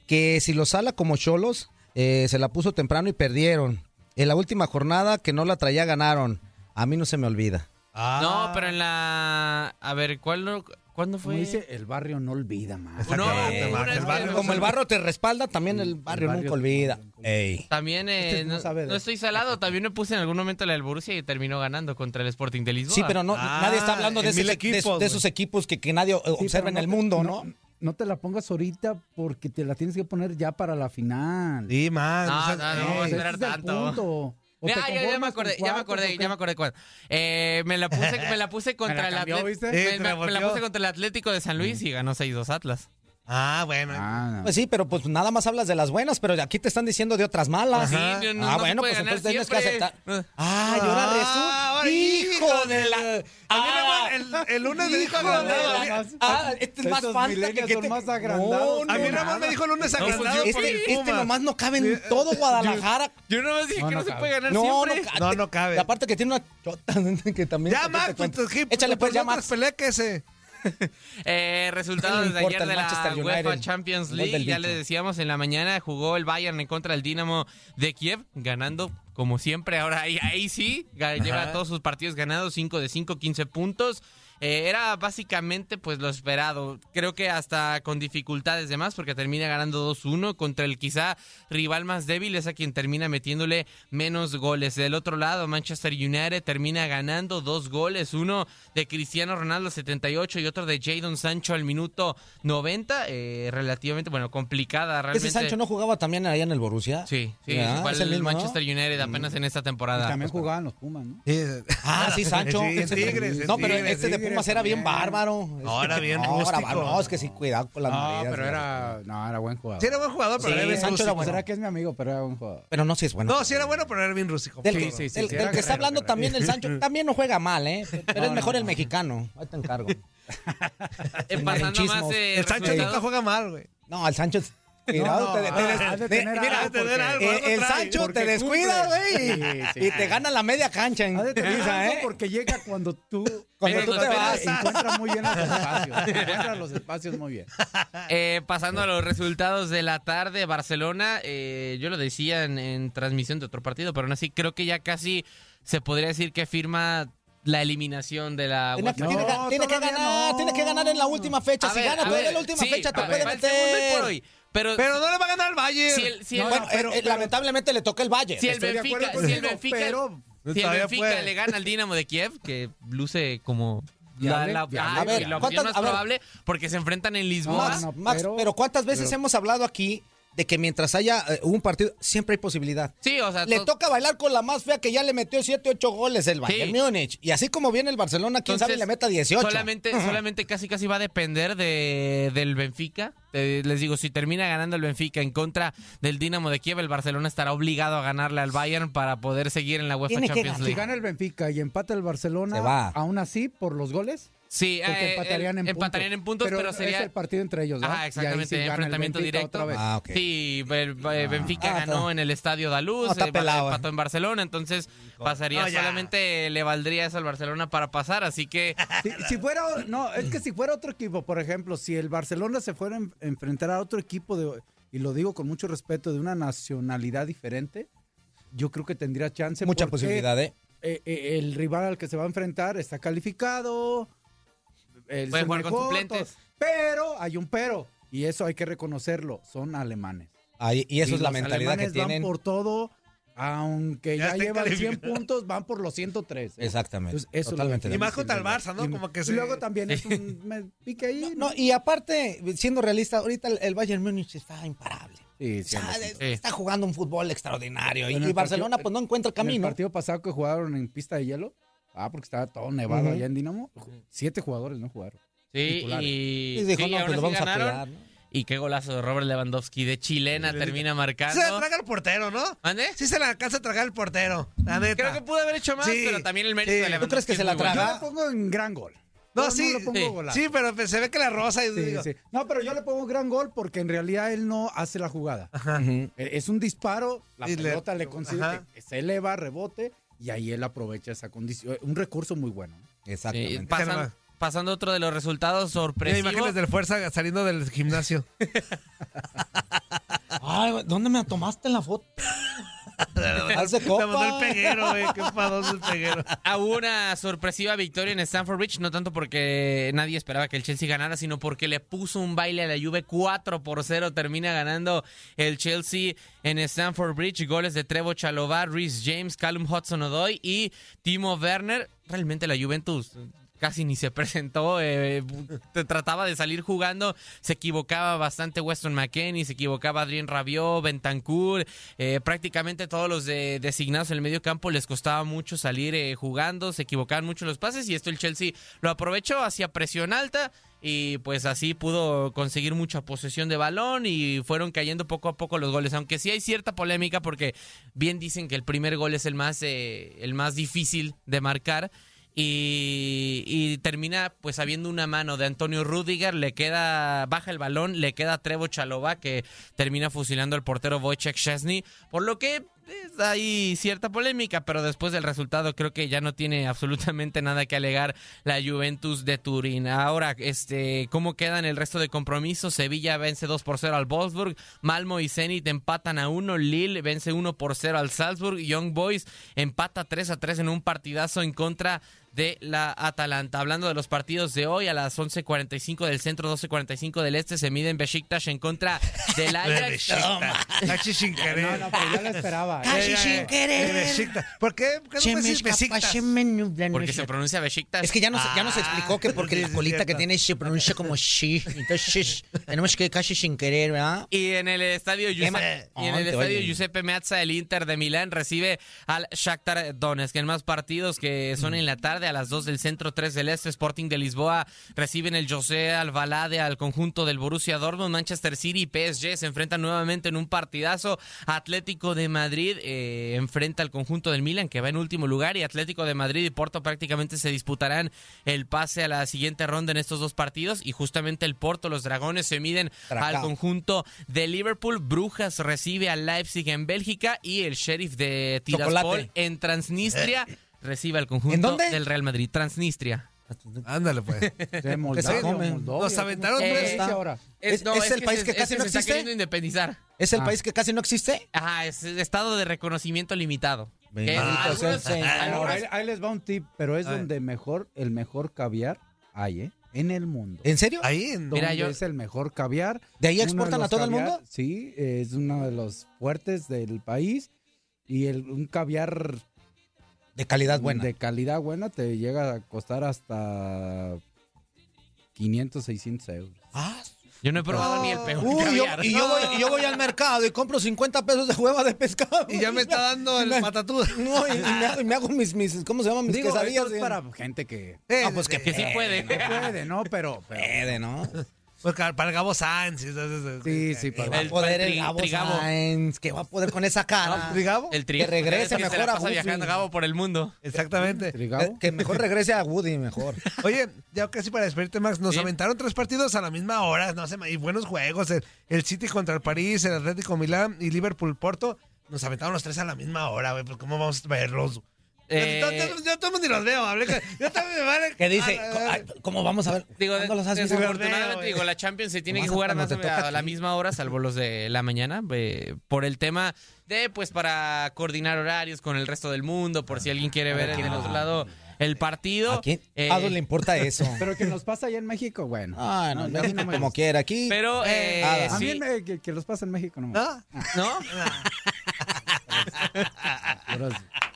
Speaker 4: que si lo sala como cholos, eh, se la puso temprano y perdieron. En la última jornada que no la traía ganaron. A mí no se me olvida.
Speaker 3: Ah,
Speaker 6: No, pero en la. A ver, ¿cuál, no- ¿cuándo
Speaker 5: Como
Speaker 6: fue?
Speaker 5: dice, el barrio no olvida más.
Speaker 6: No,
Speaker 4: Exactamente.
Speaker 6: una es
Speaker 3: El barrio
Speaker 6: que-
Speaker 4: Como el barro te respalda, también el barrio,
Speaker 5: barrio
Speaker 4: nunca olvida. Ey.
Speaker 6: También eh,
Speaker 4: Este no
Speaker 6: no,
Speaker 4: sabe de-
Speaker 6: no estoy salado, también me puse en algún momento la del Borussia y terminó ganando contra el Sporting de Lisboa.
Speaker 4: Sí, pero no,
Speaker 3: Ah,
Speaker 4: nadie está hablando de,
Speaker 3: en
Speaker 4: ese-
Speaker 3: mil
Speaker 4: de-
Speaker 3: equipos,
Speaker 4: de
Speaker 3: güey.
Speaker 4: esos equipos que, que nadie eh,
Speaker 5: Sí,
Speaker 4: observa
Speaker 5: pero
Speaker 4: en
Speaker 5: no
Speaker 4: el
Speaker 5: te-
Speaker 4: mundo, ¿no?
Speaker 5: No te la pongas ahorita porque te la tienes que poner ya para la final.
Speaker 3: Sí, man.
Speaker 6: No,
Speaker 3: o
Speaker 6: no,
Speaker 3: sea,
Speaker 6: no,
Speaker 3: eh,
Speaker 6: vamos a
Speaker 5: Ese
Speaker 6: esperar
Speaker 5: es el
Speaker 6: tanto.
Speaker 5: punto. O te
Speaker 6: Ah, ya, ya me
Speaker 5: conformas
Speaker 6: acordé,
Speaker 5: con
Speaker 6: ya me
Speaker 5: cuartos,
Speaker 6: acordé,
Speaker 5: ¿o
Speaker 6: ya me
Speaker 5: qué?
Speaker 6: acordé cuándo. Eh, me la puse, me la puse contra
Speaker 5: Me la cambió,
Speaker 6: el Atlet-
Speaker 5: ¿viste?
Speaker 3: Sí,
Speaker 6: me-
Speaker 3: te
Speaker 6: me- me
Speaker 3: la
Speaker 6: la
Speaker 3: volteó.
Speaker 6: puse contra el Atlético de San Luis y ganó 6-2 Atlas.
Speaker 3: Ah, bueno.
Speaker 5: Ah, no.
Speaker 4: Pues sí, pero pues nada más hablas de las buenas, pero aquí te están diciendo de otras malas.
Speaker 6: Ajá. Sí, no, no,
Speaker 4: ah,
Speaker 6: no
Speaker 4: bueno,
Speaker 6: se puede
Speaker 4: pues
Speaker 6: ganar
Speaker 4: entonces tienes que
Speaker 6: siempre.
Speaker 4: aceptar. Ah, y ahora
Speaker 3: Ah, ahora,
Speaker 4: resulta. Hijo
Speaker 3: hijo
Speaker 4: de
Speaker 3: de
Speaker 4: la.
Speaker 3: A
Speaker 4: Ah,
Speaker 3: mí Ramón, el, el lunes me dijo
Speaker 4: hijo de
Speaker 3: agrandado.
Speaker 4: la-
Speaker 3: A mí-
Speaker 4: Ah, este es más
Speaker 5: Estos
Speaker 4: fanta que,
Speaker 5: millennials
Speaker 4: que
Speaker 5: son
Speaker 4: te-
Speaker 5: más agrandados.
Speaker 3: A mí
Speaker 5: no,
Speaker 3: Ramón me dijo el lunes
Speaker 6: No, pues,
Speaker 3: agrandado.
Speaker 6: yo-
Speaker 3: por el
Speaker 4: Este, este
Speaker 3: Puma.
Speaker 4: nomás no cabe en todo Guadalajara.
Speaker 6: Yo nomás dije
Speaker 5: No,
Speaker 6: que no,
Speaker 5: no
Speaker 6: se
Speaker 5: cabe.
Speaker 6: puede ganar
Speaker 4: No, no
Speaker 6: siempre.
Speaker 4: cabe.
Speaker 3: No, no cabe.
Speaker 4: Y aparte que tiene una chota que también. ¿para qué te
Speaker 3: Ya, Max, pues,
Speaker 4: cuento?
Speaker 3: tu equipo,
Speaker 4: Échale pues,
Speaker 3: por
Speaker 4: ya
Speaker 3: otras
Speaker 4: Max.
Speaker 3: pelea que ese.
Speaker 6: Eh,
Speaker 4: No le
Speaker 6: resultados de
Speaker 4: importa
Speaker 6: ayer
Speaker 4: el
Speaker 6: de
Speaker 4: Manchester
Speaker 6: la
Speaker 4: United,
Speaker 6: UEFA Champions
Speaker 4: el gol del
Speaker 6: League. Ya
Speaker 4: bicho.
Speaker 6: le decíamos en la mañana, jugó el Bayern en contra del Dinamo de Kiev, ganando como siempre. Ahora ahí, ahí sí, ga- lleva todos sus partidos ganados, 5 de 5, 15 puntos. Eh, era básicamente pues lo esperado. Creo que hasta con dificultades de más porque termina ganando 2-1 contra el quizá rival más débil es a quien termina metiéndole menos goles. Del otro lado, Manchester United termina ganando dos goles, uno de Cristiano Ronaldo al 78 y otro de Jadon Sancho al minuto 90. eh, relativamente, bueno, complicada realmente.
Speaker 4: Ese Sancho no jugaba también allá en el Borussia.
Speaker 6: Sí, sí,
Speaker 4: ¿Verdad?
Speaker 6: igual
Speaker 4: Es el
Speaker 6: el
Speaker 4: mismo, ¿no? Mm.
Speaker 6: Manchester United apenas en esta temporada.
Speaker 5: También jugaban los Pumas, ¿no?
Speaker 3: Sí,
Speaker 4: Ah, sí, Sancho.
Speaker 3: Sí, en Tigres, en
Speaker 4: no, pero
Speaker 3: Tigres,
Speaker 4: este de
Speaker 3: Tigres
Speaker 4: Pumas era bien
Speaker 3: también.
Speaker 4: bárbaro. Este-
Speaker 3: Ahora bien
Speaker 4: no,
Speaker 3: rústico.
Speaker 4: bárbaro, no, es que sí, cuidado con las
Speaker 5: No,
Speaker 4: medidas,
Speaker 5: pero
Speaker 4: ¿verdad?
Speaker 5: era, no, era buen jugador.
Speaker 3: Sí, pues, era buen jugador, pero
Speaker 4: Sí,
Speaker 3: era bien
Speaker 4: Sancho era
Speaker 3: rústico.
Speaker 4: bueno.
Speaker 5: Será que es mi amigo, pero era buen jugador.
Speaker 4: Pero no, sí es bueno.
Speaker 3: No, sí era bueno, pero era bien rústico.
Speaker 4: Del,
Speaker 3: Sí,
Speaker 4: que-
Speaker 3: sí, sí,
Speaker 4: del-
Speaker 3: sí,
Speaker 4: del
Speaker 3: era
Speaker 4: que está
Speaker 3: guerrero,
Speaker 4: hablando
Speaker 3: guerrero.
Speaker 4: también el Sancho, también no juega mal, ¿eh? Pero es mejor el mexicano. Ahí te encargo.
Speaker 6: Eh, pasando más
Speaker 4: Malinchismos.
Speaker 6: eh,
Speaker 3: El Sancho
Speaker 6: resultados.
Speaker 3: nunca juega mal, güey.
Speaker 4: No, el Sancho. es- Cuidado,
Speaker 5: no,
Speaker 4: te, te des-
Speaker 5: has ah, de
Speaker 4: te-
Speaker 5: tener
Speaker 4: mira,
Speaker 5: algo,
Speaker 4: te-
Speaker 3: porque-
Speaker 4: el-
Speaker 3: algo, algo
Speaker 4: eh, el
Speaker 3: trae,
Speaker 4: Sancho te
Speaker 5: porque
Speaker 4: descuida,
Speaker 5: cumple.
Speaker 4: güey.
Speaker 5: Sí,
Speaker 4: Y
Speaker 5: sí.
Speaker 4: te gana la media cancha en
Speaker 5: Ha de tener
Speaker 4: Ibiza,
Speaker 5: algo
Speaker 4: ¿eh?
Speaker 5: porque llega cuando tú,
Speaker 4: Cuando
Speaker 6: Pero
Speaker 4: tú te
Speaker 6: los
Speaker 4: vas.
Speaker 6: penales-
Speaker 5: encuentra muy bien los espacios. Encuentra los espacios muy bien.
Speaker 6: Eh, pasando a los resultados de la tarde, Barcelona, eh, yo lo decía en, en transmisión de otro partido, pero aún así creo que ya casi se podría decir que firma la eliminación de la
Speaker 4: Tiene,
Speaker 6: UEFA.
Speaker 4: tiene que-
Speaker 5: No,
Speaker 4: tiene que
Speaker 5: todavía
Speaker 4: ganar,
Speaker 5: no.
Speaker 4: tiene que ganar en la última fecha.
Speaker 6: A
Speaker 4: si
Speaker 6: ver,
Speaker 4: gana
Speaker 6: a
Speaker 4: todavía
Speaker 6: ver,
Speaker 4: en la última
Speaker 6: sí,
Speaker 4: fecha, te
Speaker 6: a ver,
Speaker 4: puede
Speaker 6: va el segundo y
Speaker 4: meter.
Speaker 6: por hoy, pero,
Speaker 3: Pero no le va a ganar al Bayern.
Speaker 6: si el, si el-
Speaker 4: No, bueno, eh, eh, lamentablemente le toca el Valle.
Speaker 6: si el
Speaker 4: Estoy de
Speaker 6: Benfica,
Speaker 4: acuerdo
Speaker 6: si el
Speaker 4: contigo,
Speaker 6: Benfica,
Speaker 4: pero-
Speaker 6: si el
Speaker 3: Todavía
Speaker 6: Benfica
Speaker 3: puede.
Speaker 6: le gana al Dinamo de Kiev, que luce como la,
Speaker 5: Viable,
Speaker 6: la-
Speaker 5: viable.
Speaker 6: ah,
Speaker 4: A ver,
Speaker 6: la opción
Speaker 4: ¿cuántas-
Speaker 6: más
Speaker 4: a ver.
Speaker 6: probable, porque se enfrentan en Lisboa.
Speaker 4: Max,
Speaker 5: No, no,
Speaker 4: Max, pero,
Speaker 5: pero-
Speaker 4: ¿cuántas veces hemos hablado aquí de que mientras haya eh, un partido, siempre hay posibilidad?
Speaker 6: Sí, o sea,
Speaker 4: Le
Speaker 6: to-
Speaker 4: toca bailar con la más fea que ya le metió 7, 8 goles el Bayern Múnich. Y así como viene el Barcelona, quién sabe
Speaker 6: Entonces,
Speaker 4: le meta 18.
Speaker 6: Solamente, solamente casi casi va a depender de, del Benfica. Te- les digo, si termina ganando el Benfica en contra del Dinamo de Kiev, el Barcelona estará obligado a ganarle al Bayern para poder seguir en la UEFA
Speaker 4: Tiene que
Speaker 6: Champions
Speaker 4: ganar.
Speaker 5: Si
Speaker 6: League.
Speaker 5: gana el Benfica y empata el Barcelona,
Speaker 4: Se va.
Speaker 5: aún así, por los goles,
Speaker 6: Sí,
Speaker 5: porque
Speaker 6: eh,
Speaker 5: empatarían,
Speaker 6: eh,
Speaker 5: en
Speaker 6: empatarían en puntos, pero, sería...
Speaker 5: Es el partido entre ellos, ¿verdad?
Speaker 6: Ajá,
Speaker 5: Y ahí sí
Speaker 6: exactamente,
Speaker 5: gana el
Speaker 6: enfrentamiento
Speaker 5: Benfica
Speaker 6: directo.
Speaker 5: otra vez.
Speaker 4: Ah, ok.
Speaker 6: Sí, el, eh, Benfica
Speaker 4: Ah,
Speaker 6: ganó
Speaker 4: está.
Speaker 6: en el Estadio Daluz,
Speaker 4: No, está
Speaker 6: eh, Bar-
Speaker 4: pelado, eh.
Speaker 6: empató en Barcelona, entonces pasaría
Speaker 3: No, ya.
Speaker 6: solamente le valdría eso al Barcelona para pasar, así que
Speaker 5: Si, si fuera, no, es que si fuera otro equipo, por ejemplo, si el Barcelona se fuera a en- enfrentar a otro equipo, de, y lo digo con mucho respeto, de una nacionalidad diferente, yo creo que tendría chance.
Speaker 4: Mucha
Speaker 5: porque,
Speaker 4: posibilidad, ¿eh?
Speaker 5: eh, eh, el rival al que se va a enfrentar está calificado.
Speaker 6: Puede
Speaker 5: él es el
Speaker 6: jugar con
Speaker 5: mejor,
Speaker 6: suplentes.
Speaker 5: todo. Pero hay un pero, y eso hay que reconocerlo, son alemanes.
Speaker 4: Ahí- y eso
Speaker 5: Y
Speaker 4: es la
Speaker 5: los
Speaker 4: mentalidad que
Speaker 5: alemanes
Speaker 4: tienen.
Speaker 5: van por todo, aunque
Speaker 3: Ya
Speaker 5: ya,
Speaker 3: estén
Speaker 5: llevan 100
Speaker 3: calificados.
Speaker 5: puntos, van por los 103.
Speaker 4: Exactamente.
Speaker 5: Entonces, eso
Speaker 4: totalmente.
Speaker 3: Y
Speaker 5: lo-
Speaker 3: más contra el Barça, ¿no?
Speaker 5: Y-
Speaker 3: Como que
Speaker 5: y
Speaker 3: se-
Speaker 5: luego también es un me pique ahí.
Speaker 4: No, y aparte, siendo realista, ahorita el, el Bayern Múnich está imparable.
Speaker 5: Sí,
Speaker 4: O
Speaker 5: sí, en
Speaker 4: sea,
Speaker 5: el-
Speaker 4: de-
Speaker 6: Sí.
Speaker 4: Está jugando un fútbol extraordinario. Y,
Speaker 5: Bueno,
Speaker 4: y
Speaker 5: el partido-
Speaker 4: Barcelona, pues no encuentra el
Speaker 5: en el
Speaker 4: camino.
Speaker 5: partido pasado que jugaron en pista de hielo, ah, porque estaba todo nevado
Speaker 4: Ujú.
Speaker 5: allá en Dinamo, ju- siete jugadores no jugaron.
Speaker 6: sí,
Speaker 5: Titulares.
Speaker 6: y,
Speaker 4: Y dijo,
Speaker 6: sí,
Speaker 4: no,
Speaker 6: aún
Speaker 4: pues lo
Speaker 6: así
Speaker 4: vamos a
Speaker 6: ganaron.
Speaker 4: cuidar. ¿no?
Speaker 6: Y qué golazo de Robert Lewandowski de chilena termina
Speaker 3: Se
Speaker 6: marcando.
Speaker 3: la traga el portero, ¿no?
Speaker 6: ¿Mande?
Speaker 3: Sí se la alcanza a tragar el portero, la neta.
Speaker 6: Creo que pudo haber hecho más,
Speaker 3: Sí.
Speaker 6: pero también el mérito
Speaker 3: Sí.
Speaker 6: de
Speaker 3: ¿Tú
Speaker 6: Lewandowski.
Speaker 4: crees que
Speaker 6: es
Speaker 4: se
Speaker 6: muy
Speaker 4: la
Speaker 6: bueno.
Speaker 4: traga?
Speaker 5: Yo
Speaker 4: Ajá.
Speaker 5: le pongo Ah, pues en gran gol.
Speaker 3: No,
Speaker 5: Yo
Speaker 3: sí,
Speaker 5: No le pongo
Speaker 6: sí,
Speaker 5: golazo.
Speaker 3: Sí, pero pues, se ve que la rosa y
Speaker 5: Sí,
Speaker 3: digo,
Speaker 5: sí. No, pero yo le pongo gran gol porque en realidad él no hace la jugada.
Speaker 4: Ujú.
Speaker 5: Eh, Es un disparo, la
Speaker 3: Y le-
Speaker 5: pelota le consigue,
Speaker 3: Ajá.
Speaker 5: que se eleva, rebote y ahí él aprovecha esa condición. Un recurso muy bueno.
Speaker 6: Sí,
Speaker 4: Exactamente.
Speaker 6: pasan-
Speaker 3: Ese no va.
Speaker 6: pasando otro de los resultados
Speaker 3: Mira,
Speaker 6: sorpresivos.
Speaker 3: imágenes del fuerza saliendo del gimnasio.
Speaker 4: Ay, güey, ¿dónde me tomaste la foto? Hace
Speaker 3: Le mandó el
Speaker 4: copa.
Speaker 3: peguero, güey. Qué padoso el peguero.
Speaker 6: Ah, Hubo una sorpresiva victoria en Stamford Bridge, no tanto porque nadie esperaba que el Chelsea ganara, sino porque le puso un baile a la Juve 4 por 0. Termina ganando el Chelsea en Stamford Bridge. Goles de Trevo Chalobah, Rhys James, Callum Hudson-Odoi y Timo Werner. Realmente la Juventus casi ni se presentó, eh, bu- te trataba de salir jugando, se equivocaba bastante Weston McKennie, se equivocaba Adrien Rabiot, Bentancur, eh, prácticamente todos los de- designados en el medio campo les costaba mucho salir eh, jugando, se equivocaban mucho los pases y esto el Chelsea lo aprovechó hacia presión alta y pues así pudo conseguir mucha posesión de balón y fueron cayendo poco a poco los goles, aunque sí hay cierta polémica porque bien dicen que el primer gol es el más, eh, el más difícil de marcar. Y, y termina pues habiendo una mano de Antonio Rudiger, le queda, baja el balón, le queda a Trevo Chalobah que termina fusilando al portero Wojciech Szczesny, por lo que pues, hay cierta polémica, pero después del resultado creo que ya no tiene absolutamente nada que alegar la Juventus de Turín. Ahora, este, ¿cómo quedan el resto de compromisos? Sevilla vence 2 por 0 al Wolfsburg, Malmo y Zenit empatan a 1, Lille vence 1 por 0 al Salzburg, Young Boys empata 3 a 3 en un partidazo en contra de la Atalanta. Hablando de los partidos de hoy, a las 11.45 del centro, 12.45 del este, se miden Besiktas en contra del Ajax.
Speaker 3: Toma. Casi sin querer.
Speaker 5: No, no, pues ya lo esperaba. ¿eh?
Speaker 3: Casi sin querer. ¿Por qué? ¿Por qué no puedes decir Besiktas?
Speaker 6: Porque se pronuncia Besiktas.
Speaker 4: Es que ya nos, ya
Speaker 6: Ah,
Speaker 4: nos explicó que porque la
Speaker 3: sí,
Speaker 4: colita que
Speaker 3: cierto.
Speaker 4: tiene se pronuncia como shi. Entonces, shish. tenemos que casi sin querer, ¿verdad?
Speaker 6: Y en el estadio,
Speaker 4: Emma,
Speaker 6: Giuseppe, y en el
Speaker 4: te
Speaker 6: estadio
Speaker 4: oyen.
Speaker 6: Giuseppe Meazza, el Inter de Milán recibe al Shakhtar Donetsk. En más partidos que son en la tarde, a las 2 del centro, 3 del este, Sporting de Lisboa reciben el José Alvalade al conjunto del Borussia Dortmund, Manchester City y PSG se enfrentan nuevamente en un partidazo. Atlético de Madrid eh, enfrenta al conjunto del Milan, que va en último lugar, y Atlético de Madrid y Porto prácticamente se disputarán el pase a la siguiente ronda en estos dos partidos. Y justamente el Porto, los dragones, se miden al conjunto de Liverpool. Brujas recibe al Leipzig en Bélgica y el sheriff de Tiraspol
Speaker 7: Chocolate.
Speaker 6: en Transnistria recibe al conjunto
Speaker 7: ¿En dónde?
Speaker 6: del Real Madrid. Transnistria.
Speaker 3: Ándale, pues.
Speaker 5: De Moldavia,
Speaker 3: Nos
Speaker 5: Moldavia,
Speaker 3: aventaron
Speaker 5: ¿cómo
Speaker 6: tres.
Speaker 5: está ahora?
Speaker 4: Es-
Speaker 6: no,
Speaker 4: es el país que
Speaker 6: se-
Speaker 4: casi
Speaker 6: es
Speaker 4: no
Speaker 6: se está
Speaker 4: existe.
Speaker 6: queriendo independizar.
Speaker 4: ¿Es el
Speaker 5: Ah.
Speaker 4: país que casi no existe?
Speaker 6: Ajá, es el estado de reconocimiento limitado. Que es-
Speaker 4: Bendito sea el
Speaker 6: algunos-
Speaker 4: Señor.
Speaker 6: algunos-
Speaker 5: Ahora, ahí, ahí les va un tip, pero es
Speaker 3: A ver.
Speaker 5: donde mejor, el mejor caviar hay, ¿eh? En el mundo.
Speaker 4: ¿En serio?
Speaker 3: Ahí en.
Speaker 6: Mira,
Speaker 5: Donde
Speaker 6: yo-
Speaker 5: es el mejor caviar.
Speaker 4: ¿De ahí
Speaker 5: Uno de
Speaker 4: exportan a
Speaker 5: los
Speaker 4: todo el
Speaker 5: caviar-
Speaker 4: mundo?
Speaker 5: Sí, es uno de los fuertes del país. Y el, un caviar
Speaker 4: De calidad buena.
Speaker 5: de calidad buena te llega a costar hasta 500, 600 euros.
Speaker 4: Ah,
Speaker 6: Yo no he probado ni el peor
Speaker 4: uy, yo-
Speaker 6: caviar.
Speaker 4: y yo voy, y yo voy al mercado y compro 50 pesos de hueva de pescado.
Speaker 3: Y ya me está dando el patatúa.
Speaker 4: No, y, y me, hago- y me hago mis, mis, ¿cómo se llaman? Mis
Speaker 5: Digo,
Speaker 4: quesadillas.
Speaker 5: esto es para gente que
Speaker 4: Ah, pues que,
Speaker 6: Que sí puede.
Speaker 5: no puede, ¿no? Pero, pero-
Speaker 4: puede, ¿no?
Speaker 3: Pues cal- para el Gabo Sanz. y todo eso.
Speaker 5: sí, sí,
Speaker 4: Que
Speaker 5: para-
Speaker 4: va
Speaker 6: El-
Speaker 4: a poder
Speaker 6: el
Speaker 4: el
Speaker 6: tri-
Speaker 4: Gabo
Speaker 6: Trigabo.
Speaker 4: Sainz, que va a poder con esa cara.
Speaker 3: ¿Trigabo?
Speaker 6: El tri-
Speaker 4: Que regrese
Speaker 6: es que se
Speaker 4: mejor
Speaker 6: la
Speaker 4: a
Speaker 6: pasa
Speaker 4: Gucci.
Speaker 6: viajando Gabo por el mundo.
Speaker 3: Exactamente.
Speaker 5: Trigao.
Speaker 4: Que mejor regrese a Woody, mejor.
Speaker 3: Oye, ya casi para despedirte, Max, nos
Speaker 6: Sí.
Speaker 3: aventaron tres partidos a la misma hora, no sé, y buenos juegos. El, el City contra el París, el Atlético Milán y Liverpool Porto. Nos aventaron los tres a la misma hora, güey, pues cómo vamos a verlos.
Speaker 6: Eh,
Speaker 3: Yo, yo, yo todos ni los veo, hablé con- yo también me vale.
Speaker 4: Que dice,
Speaker 3: Ah,
Speaker 4: co-
Speaker 3: ah,
Speaker 4: ay, ¿cómo vamos a ver?
Speaker 6: Digo,
Speaker 4: ¿Cuándo los has visto?
Speaker 6: desafortunadamente,
Speaker 3: Bernabéu, eh?
Speaker 6: digo, la Champions se tiene que
Speaker 4: Nomás
Speaker 6: jugar
Speaker 4: cuando
Speaker 6: más
Speaker 4: te
Speaker 6: o menos
Speaker 4: toca
Speaker 6: a
Speaker 4: a
Speaker 6: la
Speaker 4: ti.
Speaker 6: misma hora, salvo los de la mañana, eh, por el tema de, pues, para coordinar horarios con el resto del mundo, por si alguien quiere ver en el otro lado el partido.
Speaker 4: ¿A quién?
Speaker 6: Eh,
Speaker 4: ¿A dónde le importa eso?
Speaker 5: Pero que nos pasa allá en México, bueno.
Speaker 4: Ah, no,
Speaker 5: ya no me
Speaker 4: como
Speaker 5: gusta.
Speaker 4: quiera. Aquí.
Speaker 6: Pero, eh,
Speaker 4: nada.
Speaker 5: A mí
Speaker 6: sí,
Speaker 5: me- que, que los pasa en México nomás.
Speaker 3: ah,
Speaker 6: ¿no?
Speaker 5: Pero-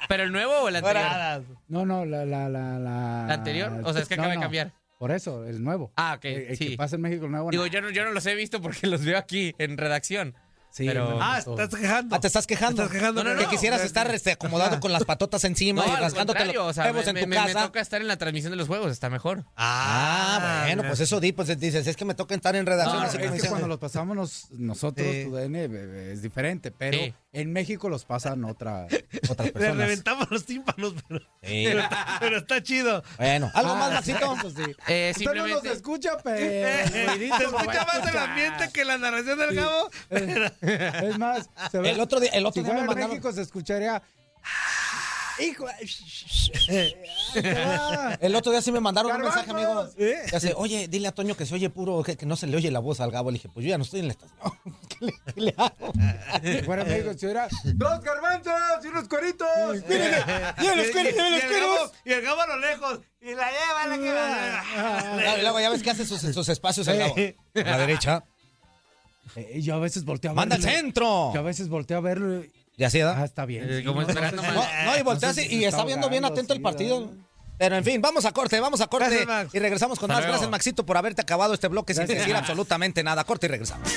Speaker 6: ¿Pero el nuevo o el anterior?
Speaker 5: No, no, la, la, la, la...
Speaker 6: ¿La anterior? O sea, es que
Speaker 5: No,
Speaker 6: acaba de
Speaker 5: no,
Speaker 6: cambiar.
Speaker 5: Por eso, el nuevo. Eh,
Speaker 6: Ah, ok,
Speaker 5: El, el
Speaker 6: sí.
Speaker 5: que pasa en México, el nuevo.
Speaker 6: Digo,
Speaker 5: no.
Speaker 6: yo no, yo no los he visto porque los veo aquí en redacción.
Speaker 5: Sí,
Speaker 6: pero-
Speaker 5: no, no,
Speaker 3: ah,
Speaker 5: no.
Speaker 3: estás quejando.
Speaker 4: Ah, te estás quejando.
Speaker 3: Estás quejando,
Speaker 4: que
Speaker 3: no, no.
Speaker 4: quisieras estar este, acomodado con las patotas encima
Speaker 6: No,
Speaker 4: y
Speaker 6: al
Speaker 4: rasgándote
Speaker 6: contrario, o
Speaker 4: los
Speaker 6: sea,
Speaker 4: huevos
Speaker 6: me,
Speaker 4: en tu
Speaker 6: me- me
Speaker 4: casa.
Speaker 6: toca estar en la transmisión de los juegos, está mejor.
Speaker 4: Ah, bueno, pues eso di, pues dices, es que me toca estar en redacción.
Speaker 6: No,
Speaker 4: así
Speaker 5: Es
Speaker 4: que me
Speaker 5: que
Speaker 4: dicen-
Speaker 5: cuando los pasamos nos- nosotros,
Speaker 3: Sí.
Speaker 5: tu DN, eh, es diferente, pero
Speaker 6: Sí.
Speaker 5: en México los pasan otra, otras
Speaker 3: Le
Speaker 5: personas.
Speaker 3: reventamos los tímpanos, pero,
Speaker 4: Sí.
Speaker 6: Eh,
Speaker 3: pero, está- pero está chido. Eh,
Speaker 4: Bueno, algo
Speaker 5: Ah,
Speaker 4: más, Maxito.
Speaker 5: eso sí.
Speaker 6: Eh,
Speaker 5: Usted no nos
Speaker 6: simplemente-
Speaker 5: escucha, pero...
Speaker 3: eh, Se escucha más el ambiente que la narración del Gabo.
Speaker 5: Es más, se ve-
Speaker 4: El otro día, el
Speaker 5: si
Speaker 4: otro día me
Speaker 5: fuera en
Speaker 4: mandaron.
Speaker 5: México se escucharía... ¡Hijo!
Speaker 4: El otro día sí me mandaron un
Speaker 5: Garbanzos.
Speaker 4: mensaje, amigo.
Speaker 5: ¿Eh?
Speaker 4: Ya sé, oye, dile a Toño que se oye puro, que, que no se le oye la voz al Gabo. Le dije, pues yo ya no estoy en la estación. ¿Qué le, qué le hago?
Speaker 5: Si fuera en México se hubiera... ¡Dos garbanzos y unos cueritos!
Speaker 4: ¡Ya los
Speaker 3: Y-
Speaker 4: cueros, ya
Speaker 3: y-
Speaker 4: los
Speaker 3: y el
Speaker 4: cueros!
Speaker 3: Gabo- Y el Gabo a lo lejos. Y la lleva, la que va.
Speaker 4: Y luego ya ves que hace sus, sus espacios el Gabo. A la derecha.
Speaker 5: Eh, yo a veces volteo a
Speaker 4: ¡Manda al
Speaker 5: verlo.
Speaker 4: centro!
Speaker 5: Yo a veces volteo a verlo y...
Speaker 4: Y así, ¿verdad?
Speaker 5: Ah, está bien.
Speaker 6: Eh,
Speaker 5: sí,
Speaker 6: como
Speaker 5: no,
Speaker 6: esperando
Speaker 5: no sé
Speaker 6: más.
Speaker 5: si-
Speaker 4: No, no, y volteas
Speaker 5: sé si
Speaker 4: y,
Speaker 5: se
Speaker 4: y está viendo bien
Speaker 5: ahogando,
Speaker 4: atento el
Speaker 5: sí,
Speaker 4: partido.
Speaker 5: ¿verdad?
Speaker 4: Pero en fin, vamos a corte, vamos a corte
Speaker 3: Gracias, Max.
Speaker 4: y regresamos con
Speaker 6: Hasta
Speaker 4: más.
Speaker 6: luego.
Speaker 4: Gracias, Maxito, por haberte acabado este bloque sin
Speaker 5: Gracias,
Speaker 4: decir
Speaker 5: Max.
Speaker 4: absolutamente nada. Corte y regresamos.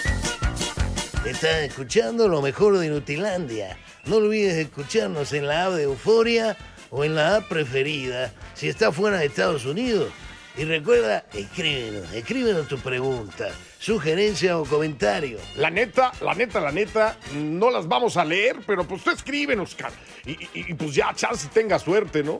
Speaker 2: Estás escuchando lo mejor de Nutilandia. No olvides escucharnos en la app de Euforia o en la app preferida si estás fuera de Estados Unidos. Y recuerda, escríbenos, escríbenos tu pregunta, sugerencia o comentario.
Speaker 8: La neta, la neta, la neta, no las vamos a leer, pero pues tú escríbenos, Oscar. Y, y- y, pues ya, chance tenga suerte, ¿no?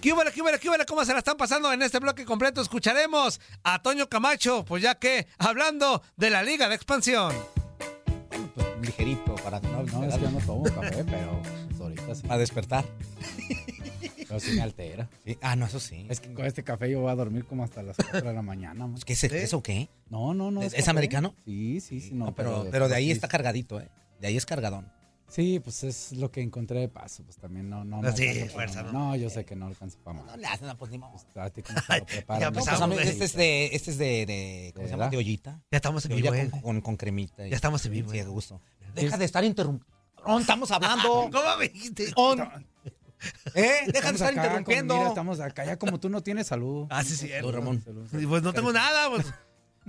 Speaker 3: ¿Qué hubo, qué hubo, qué hubo? ¿Cómo se la están pasando en este bloque completo? Escucharemos a Toño Camacho, pues ya que, hablando de la Liga de Expansión.
Speaker 4: Pues, ligerito para
Speaker 5: No, no, es que yo no tomo café, pero pues, ahorita sí.
Speaker 4: para despertar.
Speaker 5: Pero sí me altera.
Speaker 4: Sí. Ah, no, eso sí.
Speaker 5: Es que con este café yo voy a dormir como hasta las 4 de la mañana. man.
Speaker 4: ¿Qué es
Speaker 3: ¿Eh?
Speaker 4: eso qué?
Speaker 5: No, no, no.
Speaker 4: ¿Es- es
Speaker 5: café.
Speaker 4: americano?
Speaker 5: Sí, sí, sí.
Speaker 4: No,
Speaker 5: No,
Speaker 4: pero, pero
Speaker 3: pues
Speaker 4: de ahí
Speaker 5: sí,
Speaker 4: está cargadito, ¿eh? De ahí es cargadón.
Speaker 5: Sí, pues es lo que encontré de paso. Pues también no, no.
Speaker 3: No,
Speaker 5: no
Speaker 3: sí,
Speaker 5: alcanzo para
Speaker 3: fuerza,
Speaker 5: más.
Speaker 3: ¿no?
Speaker 5: No, yo sé que no alcanzo para
Speaker 4: No
Speaker 5: más.
Speaker 4: le hacen, no, pues ni modo.
Speaker 5: Pues, a ti cómo te lo preparan,
Speaker 3: ya
Speaker 5: ¿no?
Speaker 4: No, pues,
Speaker 3: empezamos,
Speaker 4: a mí,
Speaker 3: güey.
Speaker 4: este es de, este es de, de- ¿cómo se llama?
Speaker 5: ¿Verdad?
Speaker 4: De ollita.
Speaker 3: Ya estamos
Speaker 4: De
Speaker 3: en vivo,
Speaker 4: olla
Speaker 3: eh.
Speaker 4: con, con, con cremita. y-
Speaker 3: Ya estamos en vivo,
Speaker 4: Sí,
Speaker 3: eh.
Speaker 4: a gusto. Deja de estar interrumpiendo. Estamos hablando.
Speaker 3: ¿Cómo me dijiste?
Speaker 4: ¿Eh? Deja de
Speaker 5: Estamos
Speaker 4: estar
Speaker 5: acá,
Speaker 4: interrumpiendo.
Speaker 5: Mira, estamos acá. Ya como tú no tienes salud.
Speaker 3: Ah, sí, sí. eh.
Speaker 4: Tú, Ramón.
Speaker 5: Salud.
Speaker 3: Pues no tengo nada, pues.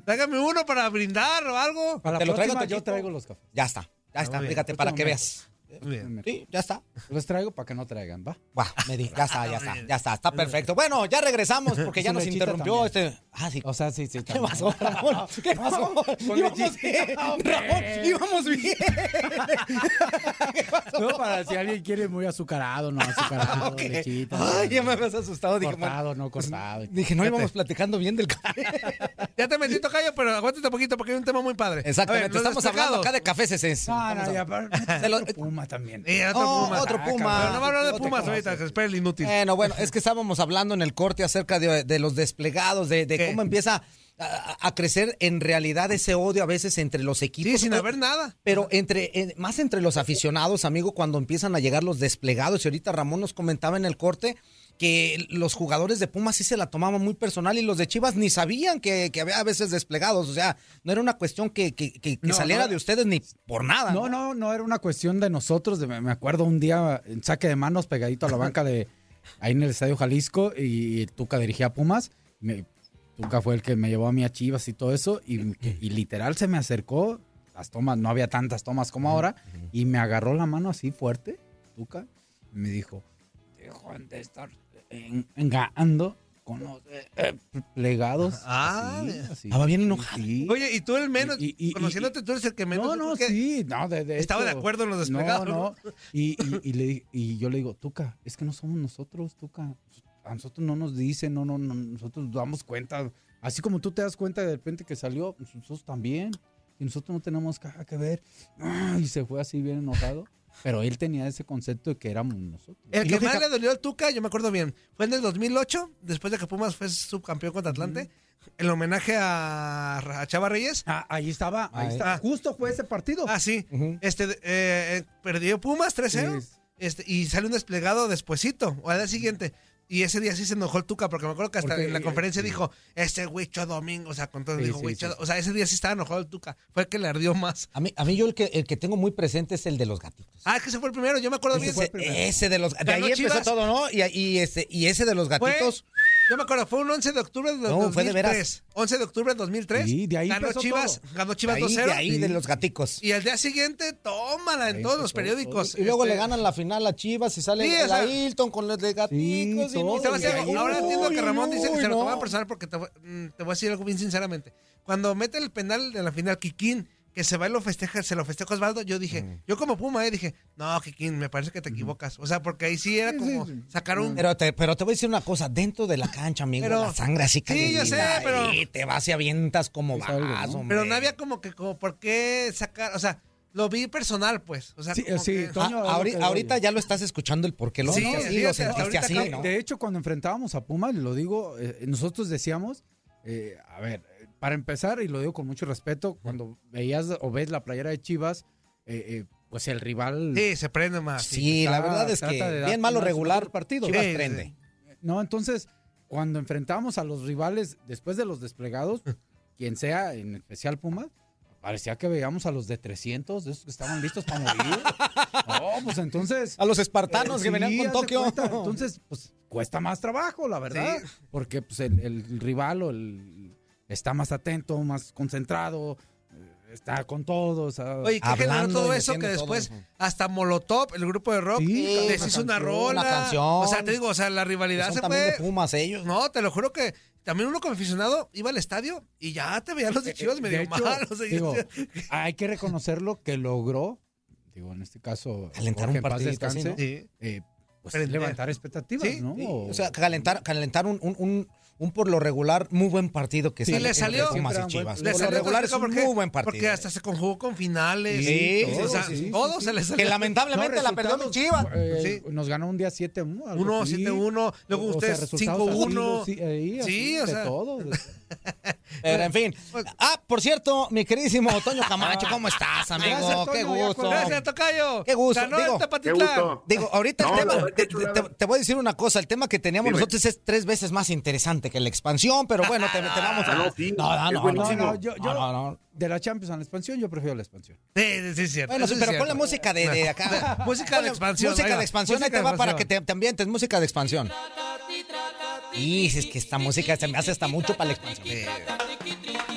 Speaker 3: Tráigame uno para brindar o algo.
Speaker 5: Para la
Speaker 4: Te lo traigo,
Speaker 5: próxima yo
Speaker 4: Toñito.
Speaker 5: traigo los cafés.
Speaker 4: Ya está. Ya
Speaker 3: Ah,
Speaker 4: está.
Speaker 3: muy bien.
Speaker 4: Fíjate, para que
Speaker 5: Ahorita
Speaker 4: veas.
Speaker 3: Muy bien.
Speaker 4: Sí, ya está.
Speaker 5: Los traigo para que no traigan, ¿va?
Speaker 4: Guau, me di. Ya está, ya está. Ya está. Está perfecto. Bueno, ya regresamos porque ya
Speaker 5: Su
Speaker 4: nos
Speaker 5: lechita
Speaker 4: interrumpió
Speaker 5: también.
Speaker 4: este. Ah, sí.
Speaker 5: O sea, sí, sí.
Speaker 4: ¿Qué pasó, Ramón? ¿Qué pasó?
Speaker 5: con
Speaker 4: íbamos
Speaker 5: lechita,
Speaker 4: bien,
Speaker 5: hombre.
Speaker 4: Ramón, íbamos bien.
Speaker 5: No, para si alguien quiere muy azucarado, no azucarado,
Speaker 4: Ok.
Speaker 5: lechita.
Speaker 4: Ay,
Speaker 5: no,
Speaker 4: ya me habías asustado. Dije, bueno,
Speaker 5: cortado, no cortado.
Speaker 4: dije, no íbamos platicando bien del café.
Speaker 3: Ya te metí tocayo, pero aguántate un poquito porque hay un tema muy padre. A ver,
Speaker 4: Exactamente.
Speaker 3: los
Speaker 4: Estamos hablando
Speaker 3: destacados.
Speaker 4: acá de cafés esenciales.
Speaker 5: No, no, ya,
Speaker 4: Se
Speaker 5: pero
Speaker 4: lo-
Speaker 5: otro puma también.
Speaker 3: Eh, otro
Speaker 4: Oh,
Speaker 3: puma.
Speaker 4: otro puma.
Speaker 3: Pero no va a hablar de
Speaker 4: Otro
Speaker 3: pumas
Speaker 4: puma,
Speaker 3: ahorita, que espera el inútil.
Speaker 4: Bueno, bueno, es que estábamos hablando en el corte acerca de, de los desplegados, de, de
Speaker 3: ¿Qué?
Speaker 4: cómo empieza a, a crecer en realidad ese odio a veces entre los equipos.
Speaker 3: Sí, sin
Speaker 4: O-
Speaker 3: haber nada.
Speaker 4: Pero entre, en- más entre los aficionados, amigo, cuando empiezan a llegar los desplegados. Y ahorita Ramón nos comentaba en el corte que los jugadores de Pumas sí se la tomaban muy personal y los de Chivas ni sabían que, que había a veces desplegados. O sea, no era una cuestión que, que- que- que
Speaker 5: No,
Speaker 4: saliera
Speaker 5: no.
Speaker 4: de ustedes ni por nada.
Speaker 5: No, no, no era una cuestión de nosotros. de- me acuerdo un día en saque de manos pegadito a la banca de ahí en el Estadio Jalisco y Tuca dirigía a Pumas. Me- Tuca fue el que me llevó a mí a Chivas y todo eso y, y literal se me acercó. Las tomas, no había tantas tomas como ahora y me agarró la mano así fuerte, Tuca, y me dijo, dejan de estar en- engañando con los eh, eh, plegados.
Speaker 3: Ah,
Speaker 5: Así,
Speaker 3: mira.
Speaker 5: así.
Speaker 4: Estaba bien enojado.
Speaker 5: Sí.
Speaker 3: Oye, y tú el menos,
Speaker 5: Y- y- y-
Speaker 3: conociéndote, tú eres el que menos. yo
Speaker 5: No, no,
Speaker 3: creo que
Speaker 5: sí, no, de, de
Speaker 3: Estaba de
Speaker 5: hecho,
Speaker 3: acuerdo en los desplegados.
Speaker 5: No, no, y, y, y le di- y yo le digo, Tuca, es que no somos nosotros, Tuca, a nosotros no nos dicen, no, no, no, nosotros damos cuenta, así como tú te das cuenta de repente que salió, nosotros también, y nosotros no tenemos nada que ver, Ah, y se fue así bien enojado, pero él tenía ese concepto de que éramos nosotros.
Speaker 3: El
Speaker 4: Y
Speaker 3: que
Speaker 4: fíjate-
Speaker 3: más le dolió al Tuca, yo me acuerdo bien, fue en el 2008, después de que Pumas fue subcampeón contra Atlante, el homenaje a, a Chava Reyes.
Speaker 5: Ah, ahí estaba, ahí,
Speaker 4: Ahí.
Speaker 5: está, justo fue ese partido.
Speaker 3: Ah, sí.
Speaker 4: Ujú.
Speaker 3: Este, eh, eh, perdió Pumas 3-0
Speaker 5: Sí.
Speaker 3: este, y sale un desplegado despuesito, o al día siguiente. Y ese día sí se enojó el Tuca, porque me acuerdo que hasta
Speaker 5: Porque,
Speaker 3: en la
Speaker 5: eh,
Speaker 3: conferencia
Speaker 5: sí.
Speaker 3: dijo, este huicho domingo, o sea, con todo,
Speaker 5: Sí,
Speaker 3: dijo,
Speaker 5: sí,
Speaker 3: "Huicho
Speaker 5: sí,
Speaker 3: Do-". o sea, ese día sí estaba enojado el Tuca, fue el que le ardió más.
Speaker 4: A mí, a mí yo el que, el que tengo muy presente es el de los gatitos.
Speaker 3: Ah, es que ese fue el primero, yo me acuerdo bien.
Speaker 4: ese, ese de los de
Speaker 3: Ganó
Speaker 4: ahí empezó
Speaker 3: Chivas.
Speaker 4: todo, ¿no? Y, y este, y ese de los
Speaker 3: Fue-
Speaker 4: gatitos.
Speaker 3: yo me acuerdo, fue un 11 de octubre de
Speaker 4: No,
Speaker 3: 2003.
Speaker 4: fue de veras.
Speaker 3: 11 de octubre de 2003.
Speaker 5: Sí, de ahí
Speaker 3: ganó
Speaker 5: empezó
Speaker 3: Chivas,
Speaker 5: todo.
Speaker 3: ganó
Speaker 4: de
Speaker 3: Chivas
Speaker 4: ahí, de
Speaker 3: 2-0.
Speaker 4: ahí de los gaticos.
Speaker 3: Y al día siguiente, tómala en todos los
Speaker 5: empezó
Speaker 3: periódicos.
Speaker 4: Y luego
Speaker 3: Este,
Speaker 4: le ganan la final a Chivas y sale
Speaker 3: Sí,
Speaker 4: la
Speaker 3: o sea-
Speaker 4: Hilton con los de gaticos.
Speaker 5: Sí,
Speaker 4: y
Speaker 5: todo.
Speaker 4: no,
Speaker 3: Y te voy a
Speaker 4: y
Speaker 3: decir-
Speaker 4: ahí-
Speaker 3: ahora entiendo que
Speaker 4: Uy,
Speaker 3: Ramón dice que se lo
Speaker 4: no.
Speaker 3: toma personal porque te, voy- mm, te voy a decir algo bien sinceramente. Cuando mete el penal de la final, Kikín, que se va y lo festeja, se lo festeja Osvaldo, yo dije,
Speaker 4: Mm.
Speaker 3: yo como Puma, eh, dije, no, Kikín, me parece que te equivocas. O sea, porque ahí sí era
Speaker 5: Sí,
Speaker 3: como
Speaker 5: sí, sí.
Speaker 3: sacar un...
Speaker 4: Pero te, pero te voy a decir una cosa, dentro de la cancha, amigo,
Speaker 3: Pero-
Speaker 4: la sangre así
Speaker 3: Sí, yo sé,
Speaker 4: calienta,
Speaker 3: pero-
Speaker 4: y te vas y avientas como
Speaker 5: Es
Speaker 4: vas,
Speaker 5: algo, ¿no?
Speaker 4: hombre. Ah,
Speaker 3: Pero no había como que, como, ¿por qué sacar? O sea, lo vi personal, pues. O sea,
Speaker 5: Sí,
Speaker 3: como
Speaker 5: sí,
Speaker 3: que-
Speaker 5: Toño,
Speaker 4: Ah,
Speaker 5: es lo
Speaker 4: ahori-
Speaker 5: que voy.
Speaker 4: ahorita ya lo estás escuchando el por qué lo
Speaker 3: Sí,
Speaker 4: haces,
Speaker 3: fíjate,
Speaker 4: lo
Speaker 3: hasta
Speaker 4: sentiste
Speaker 3: ahorita
Speaker 4: así,
Speaker 3: acá-
Speaker 4: ¿no?
Speaker 5: De hecho, cuando enfrentábamos a Pumas, lo digo, eh, nosotros decíamos, eh, a ver, eh, para empezar, y lo digo con mucho respeto, cuando veías o ves la playera de Chivas, eh, eh, pues el rival...
Speaker 3: Sí, se prende más.
Speaker 4: Sí,
Speaker 3: sí.
Speaker 4: la
Speaker 5: trata-
Speaker 4: verdad es
Speaker 5: trata de
Speaker 4: que
Speaker 5: dar
Speaker 4: bien malo
Speaker 5: más
Speaker 4: regular
Speaker 5: el partido.
Speaker 4: Chivas
Speaker 3: Sí, sí.
Speaker 4: prende.
Speaker 5: No, entonces, cuando enfrentamos a los rivales después de los desplegados, quien sea, en especial Pumas, Parecía que veíamos a los de 300, de esos que estaban listos para morir. No, pues entonces.
Speaker 4: A los espartanos
Speaker 5: Eh,
Speaker 4: que venían
Speaker 5: sí,
Speaker 4: con
Speaker 5: haz de
Speaker 4: Tokio.
Speaker 5: cuenta. Entonces, pues cuesta más trabajo, la verdad. Porque pues, el, el rival o el, está más atento, más concentrado, eh, está con todos.
Speaker 3: Oye, ¿qué generó
Speaker 4: Hablando
Speaker 3: todo
Speaker 4: y
Speaker 3: eso que
Speaker 4: metiendo todo.
Speaker 3: después hasta Molotov, el grupo de rock, eh,
Speaker 5: Sí,
Speaker 3: les
Speaker 4: una
Speaker 3: hizo una
Speaker 4: canción,
Speaker 3: rola?
Speaker 4: una canción.
Speaker 3: O sea, te digo, o sea, la
Speaker 4: Que
Speaker 3: rivalidad
Speaker 4: son
Speaker 3: se
Speaker 4: también de
Speaker 3: fue.
Speaker 4: Pumas ellos.
Speaker 3: No, te lo juro que también uno como aficionado iba al estadio y ya te veían
Speaker 4: Eh,
Speaker 3: los de Chivas medio
Speaker 5: de hecho,
Speaker 3: mal. O sea,
Speaker 5: digo,
Speaker 3: yo-
Speaker 5: hay que reconocerlo que logró, digo, en este caso,
Speaker 4: Alentar
Speaker 5: Jorge
Speaker 4: un
Speaker 5: en paz
Speaker 4: partidito así,
Speaker 5: descanse,
Speaker 4: ¿no?
Speaker 3: Sí.
Speaker 5: eh, pues
Speaker 3: Prender.
Speaker 5: levantar expectativas,
Speaker 3: Sí,
Speaker 5: ¿no?
Speaker 3: sí.
Speaker 4: O sea, calentar, calentar un, un, un, un por lo regular muy buen partido que
Speaker 3: Sí,
Speaker 4: sale
Speaker 3: le
Speaker 4: entre
Speaker 3: salió-
Speaker 4: Pumas y
Speaker 5: Siempre
Speaker 4: Chivas.
Speaker 5: era
Speaker 3: Le
Speaker 4: Por
Speaker 3: salió
Speaker 4: lo regular es
Speaker 3: todo
Speaker 4: un
Speaker 3: porque-
Speaker 4: muy buen partido.
Speaker 3: Porque hasta se conjugó con finales.
Speaker 4: Sí,
Speaker 3: o sea,
Speaker 5: sí, sí,
Speaker 3: todo
Speaker 5: sí,
Speaker 3: se le
Speaker 4: que
Speaker 3: salió.
Speaker 4: lamentablemente
Speaker 5: No,
Speaker 4: la perdió mi
Speaker 5: resultados,
Speaker 4: Chivas.
Speaker 5: eh, Nos ganó un día 7-1. algo
Speaker 3: 1,
Speaker 5: así.
Speaker 3: 7-1, luego
Speaker 5: O sea,
Speaker 3: ustedes
Speaker 5: resultados
Speaker 3: 5-1.
Speaker 5: así, sí, ahí,
Speaker 3: Sí,
Speaker 5: así,
Speaker 3: o
Speaker 5: de
Speaker 3: sea.
Speaker 5: todo.
Speaker 4: Pero en fin.
Speaker 3: Pues
Speaker 4: Ah, por cierto, mi queridísimo Toño Camacho, ¿cómo estás, amigo?
Speaker 5: Gracias,
Speaker 4: Qué
Speaker 5: Toño, ya
Speaker 4: gusto.
Speaker 3: Gracias, Tocayo.
Speaker 4: Qué gusto,
Speaker 3: Ganó este
Speaker 4: digo,
Speaker 3: el
Speaker 1: Qué
Speaker 3: Tepatitlán.
Speaker 1: gusto.
Speaker 4: Digo, ahorita el
Speaker 1: No,
Speaker 4: tema,
Speaker 1: no,
Speaker 4: te, te- te voy a decir una cosa, el tema que teníamos
Speaker 1: Dime.
Speaker 4: nosotros es tres veces más interesante que la expansión, pero bueno, te, te vamos a...
Speaker 1: Ah, no, sí, Ah,
Speaker 4: no, no,
Speaker 1: es
Speaker 4: no,
Speaker 5: No,
Speaker 1: buenísimo.
Speaker 4: no,
Speaker 5: no, yo,
Speaker 4: no,
Speaker 5: yo-
Speaker 4: no, no.
Speaker 5: De la Champions a la expansión, yo prefiero la expansión.
Speaker 3: Sí, sí, es cierto.
Speaker 4: Bueno, sí,
Speaker 3: eso es
Speaker 4: pero
Speaker 3: cierto.
Speaker 4: pon la música de, de acá.
Speaker 3: Música de
Speaker 4: Ponle
Speaker 3: expansión, ahí
Speaker 4: Música
Speaker 3: va.
Speaker 4: de expansión, ahí
Speaker 3: Música
Speaker 4: te
Speaker 3: de
Speaker 4: va para que
Speaker 3: expansión.
Speaker 4: te, te ambientes, música de expansión. Y es que esta música se me hace hasta mucho para la expansión.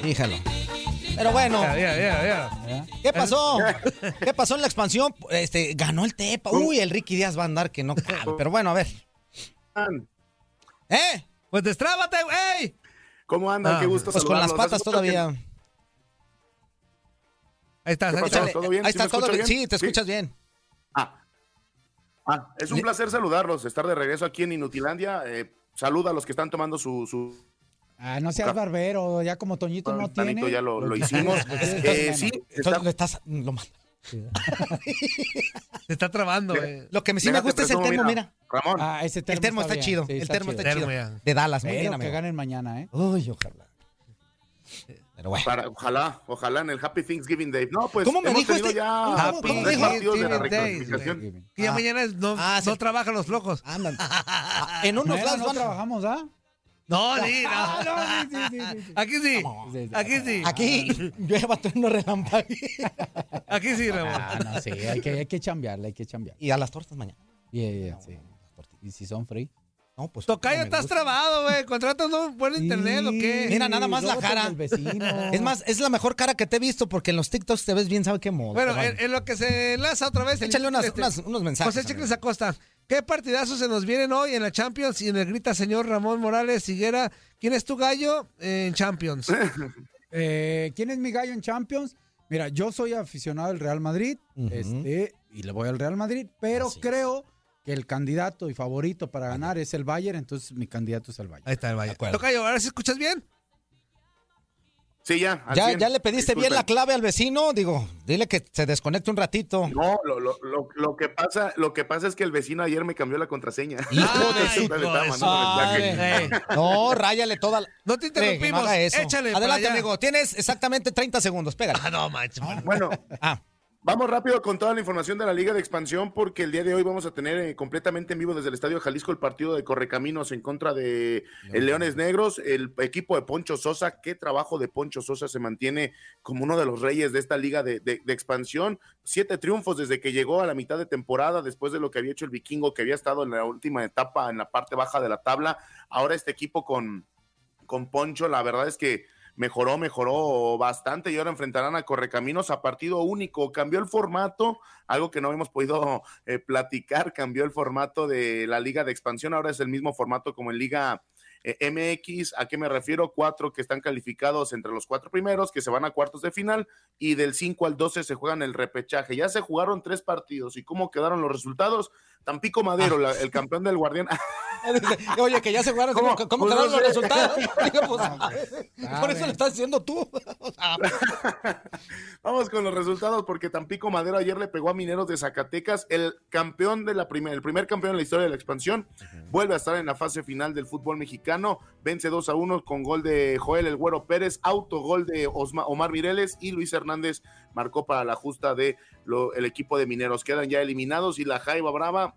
Speaker 4: Fíjalo. Pero bueno,
Speaker 3: Ya, ya, ya, ya.
Speaker 4: ¿Qué pasó? ¿Qué pasó en la expansión? Este, ganó el Tepa. Uy, el Ricky Díaz va a andar que no cabe. Pero bueno, a ver. ¿Eh?
Speaker 3: Pues destrábate, ¡ey!
Speaker 1: ¿Cómo andan?
Speaker 3: Ah,
Speaker 1: Qué gusto
Speaker 4: Pues con las
Speaker 1: saludarlos.
Speaker 4: patas
Speaker 1: Hace mucho que-
Speaker 4: todavía.
Speaker 3: Ahí estás,
Speaker 1: ¿Qué
Speaker 3: ahí
Speaker 1: pasó?
Speaker 3: estás.
Speaker 4: Échale.
Speaker 1: ¿Todo bien?
Speaker 4: Ahí
Speaker 1: ¿Sí me
Speaker 4: está todo
Speaker 1: escucha
Speaker 4: bien.
Speaker 1: bien?
Speaker 4: Sí, te
Speaker 1: Sí.
Speaker 4: escuchas bien.
Speaker 1: Ah. Ah, es un
Speaker 4: Ni-
Speaker 1: placer saludarlos, estar de regreso aquí en Inutilandia. Eh, saluda a los que están tomando su, su
Speaker 5: Ah, no seas barbero, ya como Toñito no
Speaker 1: pantanito,
Speaker 5: tiene. Pues
Speaker 1: ya lo, lo hicimos. Eh, sí,
Speaker 4: Entonces,
Speaker 1: está-
Speaker 4: lo estás. Lo, mal-
Speaker 3: Se está trabando, eh.
Speaker 4: lo que sí me
Speaker 1: déjate,
Speaker 4: gusta es el
Speaker 1: presumo,
Speaker 4: termo, mira.
Speaker 1: Ramón,
Speaker 5: Ah, ese termo
Speaker 4: El termo está,
Speaker 5: bien,
Speaker 4: chido.
Speaker 5: sí,
Speaker 4: el termo está chido.
Speaker 3: Termo, ya.
Speaker 4: De Dallas, muy bien,
Speaker 5: Espero que
Speaker 4: amigo.
Speaker 5: ganen mañana, ¿eh?
Speaker 4: Uy, ojalá. Pero bueno.
Speaker 1: para- ojalá, ojalá en el Happy Thanksgiving Day. No, pues
Speaker 4: ¿Cómo me
Speaker 1: hemos
Speaker 4: dijo
Speaker 1: tenido
Speaker 4: este-
Speaker 1: ya
Speaker 4: cómo-
Speaker 1: los
Speaker 3: cómo
Speaker 1: tres
Speaker 3: dijo?
Speaker 1: partidos Pues de la
Speaker 3: Thanksgiving Day,
Speaker 1: reclasificación.
Speaker 3: Que ya mañana es- no,
Speaker 4: Ah,
Speaker 3: no
Speaker 4: sí.
Speaker 3: trabajan los locos.
Speaker 4: Ah, man. Ah, En unos
Speaker 5: Mañana
Speaker 4: lados
Speaker 5: no
Speaker 4: van a-
Speaker 5: trabajamos, ¿ah?
Speaker 3: No, sí, no.
Speaker 5: Ah, no, sí, sí, sí, sí, sí.
Speaker 3: Aquí sí.
Speaker 5: Sí, sí.
Speaker 3: Aquí sí.
Speaker 4: Aquí llueva, trueno, relampaguee.
Speaker 3: Aquí sí, Ramón.
Speaker 5: Ah, no, sí, hay que, hay que chambearle, hay que chambear.
Speaker 4: Y a las tortas mañana.
Speaker 5: Yeah, yeah, sí. Y si son free.
Speaker 4: No, pues.
Speaker 3: Tocayo,
Speaker 4: como me
Speaker 3: estás
Speaker 4: gusta.
Speaker 3: trabado, güey. ¿Contratas un buen internet o qué?
Speaker 4: Mira, nada más la
Speaker 5: luego con
Speaker 4: cara.
Speaker 5: el vecino.
Speaker 4: Es más, es la mejor cara que te he visto porque en los TikToks te ves bien, ¿sabe qué modo?
Speaker 3: Bueno,
Speaker 4: Pero
Speaker 3: en, en lo que se enlaza otra vez. el
Speaker 4: échale unas,
Speaker 3: este,
Speaker 4: unas- unos mensajes.
Speaker 3: José
Speaker 4: amigo.
Speaker 3: Chicles Acosta, ¿qué partidazos se nos vienen hoy en la Champions y en el grita señor Ramón Morales Higuera? ¿Quién es tu gallo en Champions?
Speaker 5: Eh, ¿Quién es mi gallo en Champions? Mira, yo soy aficionado al Real Madrid
Speaker 4: Ujú.
Speaker 5: este, y le voy al Real Madrid, pero
Speaker 4: Así es.
Speaker 5: creo que el candidato y favorito para ganar es el Bayern, entonces mi candidato es el Bayern.
Speaker 3: Ahí está el Valle.
Speaker 4: acuerdo.
Speaker 3: Tocayo, ¿ahora sí escuchas bien?
Speaker 1: Sí, ya. al
Speaker 4: Ya,
Speaker 1: 100.
Speaker 4: ya le pediste bien la
Speaker 1: Disculpen.
Speaker 4: clave al vecino, digo, dile que se desconecte un ratito.
Speaker 1: No, lo, lo, lo, lo que pasa, lo que pasa es que el vecino ayer me cambió la contraseña.
Speaker 4: Hijo
Speaker 3: de su-
Speaker 1: Le estaba mandando
Speaker 4: Ay,
Speaker 1: mensaje.
Speaker 3: Ey,
Speaker 4: No, ráyale toda la...
Speaker 3: no te
Speaker 4: Ah, Que no
Speaker 3: interrumpimos.
Speaker 4: haga eso.
Speaker 3: Échale. para
Speaker 4: Adelante,
Speaker 3: allá.
Speaker 4: amigo. Tienes exactamente 30 segundos. Pégale.
Speaker 3: Ah, no, manches. man.
Speaker 1: Bueno,
Speaker 4: Ah,
Speaker 1: Vamos rápido con toda la información de la Liga de Expansión porque el día de hoy vamos a tener eh, completamente en vivo desde el Estadio Jalisco el partido de Correcaminos en contra de eh, Leones Negros, el equipo de Poncho Sosa. Qué trabajo de Poncho Sosa se mantiene como uno de los reyes de esta Liga de, de- de Expansión. Siete triunfos desde que llegó a la mitad de temporada después de lo que había hecho el vikingo que había estado en la última etapa en la parte baja de la tabla. Ahora este equipo con, con Poncho, la verdad es que mejoró, mejoró bastante y ahora enfrentarán a Correcaminos a partido único. Cambió el formato, algo que no hemos podido eh, platicar, cambió el formato de la liga de expansión, ahora es el mismo formato como en liga eh, MX, ¿a qué me refiero? Cuatro que están calificados entre los cuatro primeros, que se van a cuartos de final y del 5 al 12 se juegan el repechaje. Ya se jugaron tres partidos y cómo quedaron los resultados. Tampico Madero, la- el campeón del Guardián.
Speaker 4: Oye, que ya se jugaron. ¿Cómo,
Speaker 1: ¿Cómo?
Speaker 4: ¿cómo
Speaker 1: Pues
Speaker 4: quedaron
Speaker 1: no
Speaker 4: los
Speaker 1: sé.
Speaker 4: resultados? Digo, pues, por eso
Speaker 5: Saben.
Speaker 4: lo estás diciendo tú.
Speaker 1: Vamos con los resultados porque Tampico Madero ayer le pegó a Mineros de Zacatecas, el campeón de la primera, el primer campeón en la historia de la expansión, vuelve a estar en la fase final del fútbol mexicano, vence 2 a 1 con gol de Joel El Güero Pérez, autogol de Osma- Omar Mireles y Luis Hernández marcó para la justa de lo- el equipo de Mineros. Quedan ya eliminados y la Jaiba Brava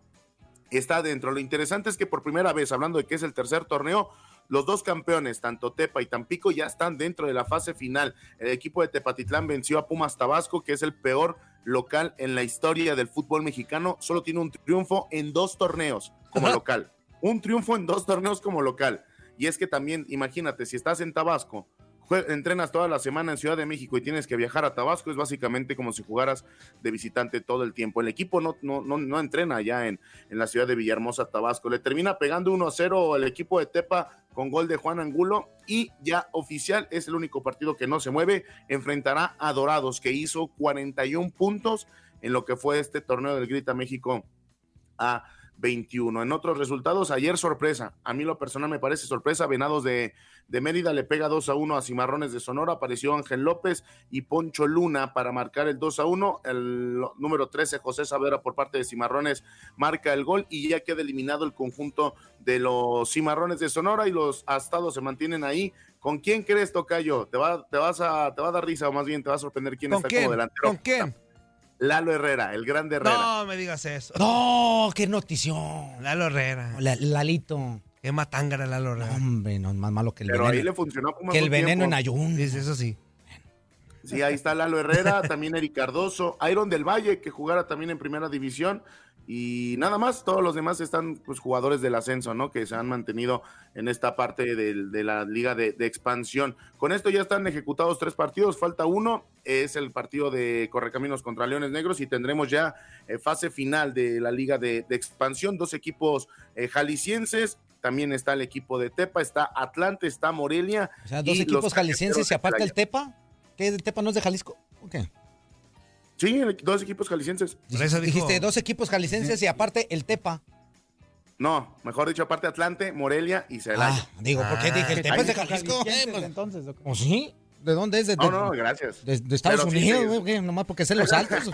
Speaker 1: está dentro. Lo interesante es que por primera vez, hablando de que es el tercer torneo, Los dos campeones, tanto Tepa y Tampico, ya están dentro de la fase final. El equipo de Tepatitlán venció a Pumas Tabasco, que es el peor local en la historia del fútbol mexicano. Solo tiene un triunfo en dos torneos como local. Un triunfo en dos torneos como local. Y es que también, imagínate, si estás en Tabasco, jue- entrenas toda la semana en Ciudad de México y tienes que viajar a Tabasco, es básicamente como si jugaras de visitante todo el tiempo. El equipo no, no, no, no entrena ya en, en la ciudad de Villahermosa, Tabasco. Le termina pegando 1-0 el equipo de Tepa con gol de Juan Angulo y ya oficial es el único partido que no se mueve. Enfrentará a Dorados, que hizo 41 puntos en lo que fue este torneo del Grita México a 21. En otros resultados, ayer sorpresa. A mí lo personal me parece sorpresa. Venados de, de Mérida le pega 2 a 1 a Cimarrones de Sonora. Apareció Ángel López y Poncho Luna para marcar el 2 a 1. El lo- número 13, José Savera por parte de Cimarrones, marca el gol y ya queda eliminado el conjunto de los Cimarrones de Sonora y los astados se mantienen ahí. ¿Con quién crees, Tocayo? Te va, te vas a, te va a dar risa o más bien te va a sorprender quién
Speaker 3: ¿Con
Speaker 1: está
Speaker 3: quién?
Speaker 1: como delantero.
Speaker 3: ¿Con quién?
Speaker 1: Lalo Herrera, el grande Herrera.
Speaker 3: No me digas eso.
Speaker 4: No, qué notición.
Speaker 3: Lalo Herrera.
Speaker 4: La- Lalito.
Speaker 3: Qué matángara Lalo
Speaker 4: No,
Speaker 3: Herrera.
Speaker 4: hombre, no es más malo que el
Speaker 1: Pero ahí
Speaker 4: veneno.
Speaker 1: le funcionó como
Speaker 4: Que el veneno en ayuno.
Speaker 3: Dice, eso sí.
Speaker 1: Sí, ahí está Lalo Herrera, también Eric Cardoso, Iron del Valle, que jugara también en primera división. Y nada más, todos los demás están pues, jugadores del ascenso, ¿no? Que se han mantenido en esta parte del- de, la liga de, de expansión. Con esto ya están ejecutados tres partidos, falta uno, es el partido de Correcaminos contra Leones Negros y tendremos ya eh, fase final de la liga de, de expansión, dos equipos eh, jaliscienses, también está el equipo de Tepa, está Atlante, está Morelia.
Speaker 4: O sea, dos
Speaker 1: y
Speaker 4: equipos
Speaker 1: los
Speaker 4: jaliscienses y aparte el
Speaker 1: Cañoneros
Speaker 4: Tepa. ¿Qué el Tepa no es de Jalisco? ¿O qué?
Speaker 1: Sí, el- dos equipos jaliscienses.
Speaker 3: Por eso dijo-
Speaker 4: Dijiste dos equipos jaliscienses y aparte el Tepa.
Speaker 1: No, mejor dicho, aparte Atlante, Morelia y Celaya.
Speaker 4: Ah, digo, ¿por qué
Speaker 3: Ah.
Speaker 4: dije el Tepa
Speaker 1: Ahí
Speaker 4: es de
Speaker 1: está
Speaker 4: Jalisco? Eh, pues,
Speaker 5: Entonces, ¿o qué?
Speaker 4: ¿O sí? ¿De dónde es? ¿De,
Speaker 1: no,
Speaker 4: de-
Speaker 1: no, no, gracias.
Speaker 4: de- de Estados
Speaker 1: Pero sí,
Speaker 4: Unidos?
Speaker 1: sí.
Speaker 4: güey, ¿qué? Nomás porque sé los altos.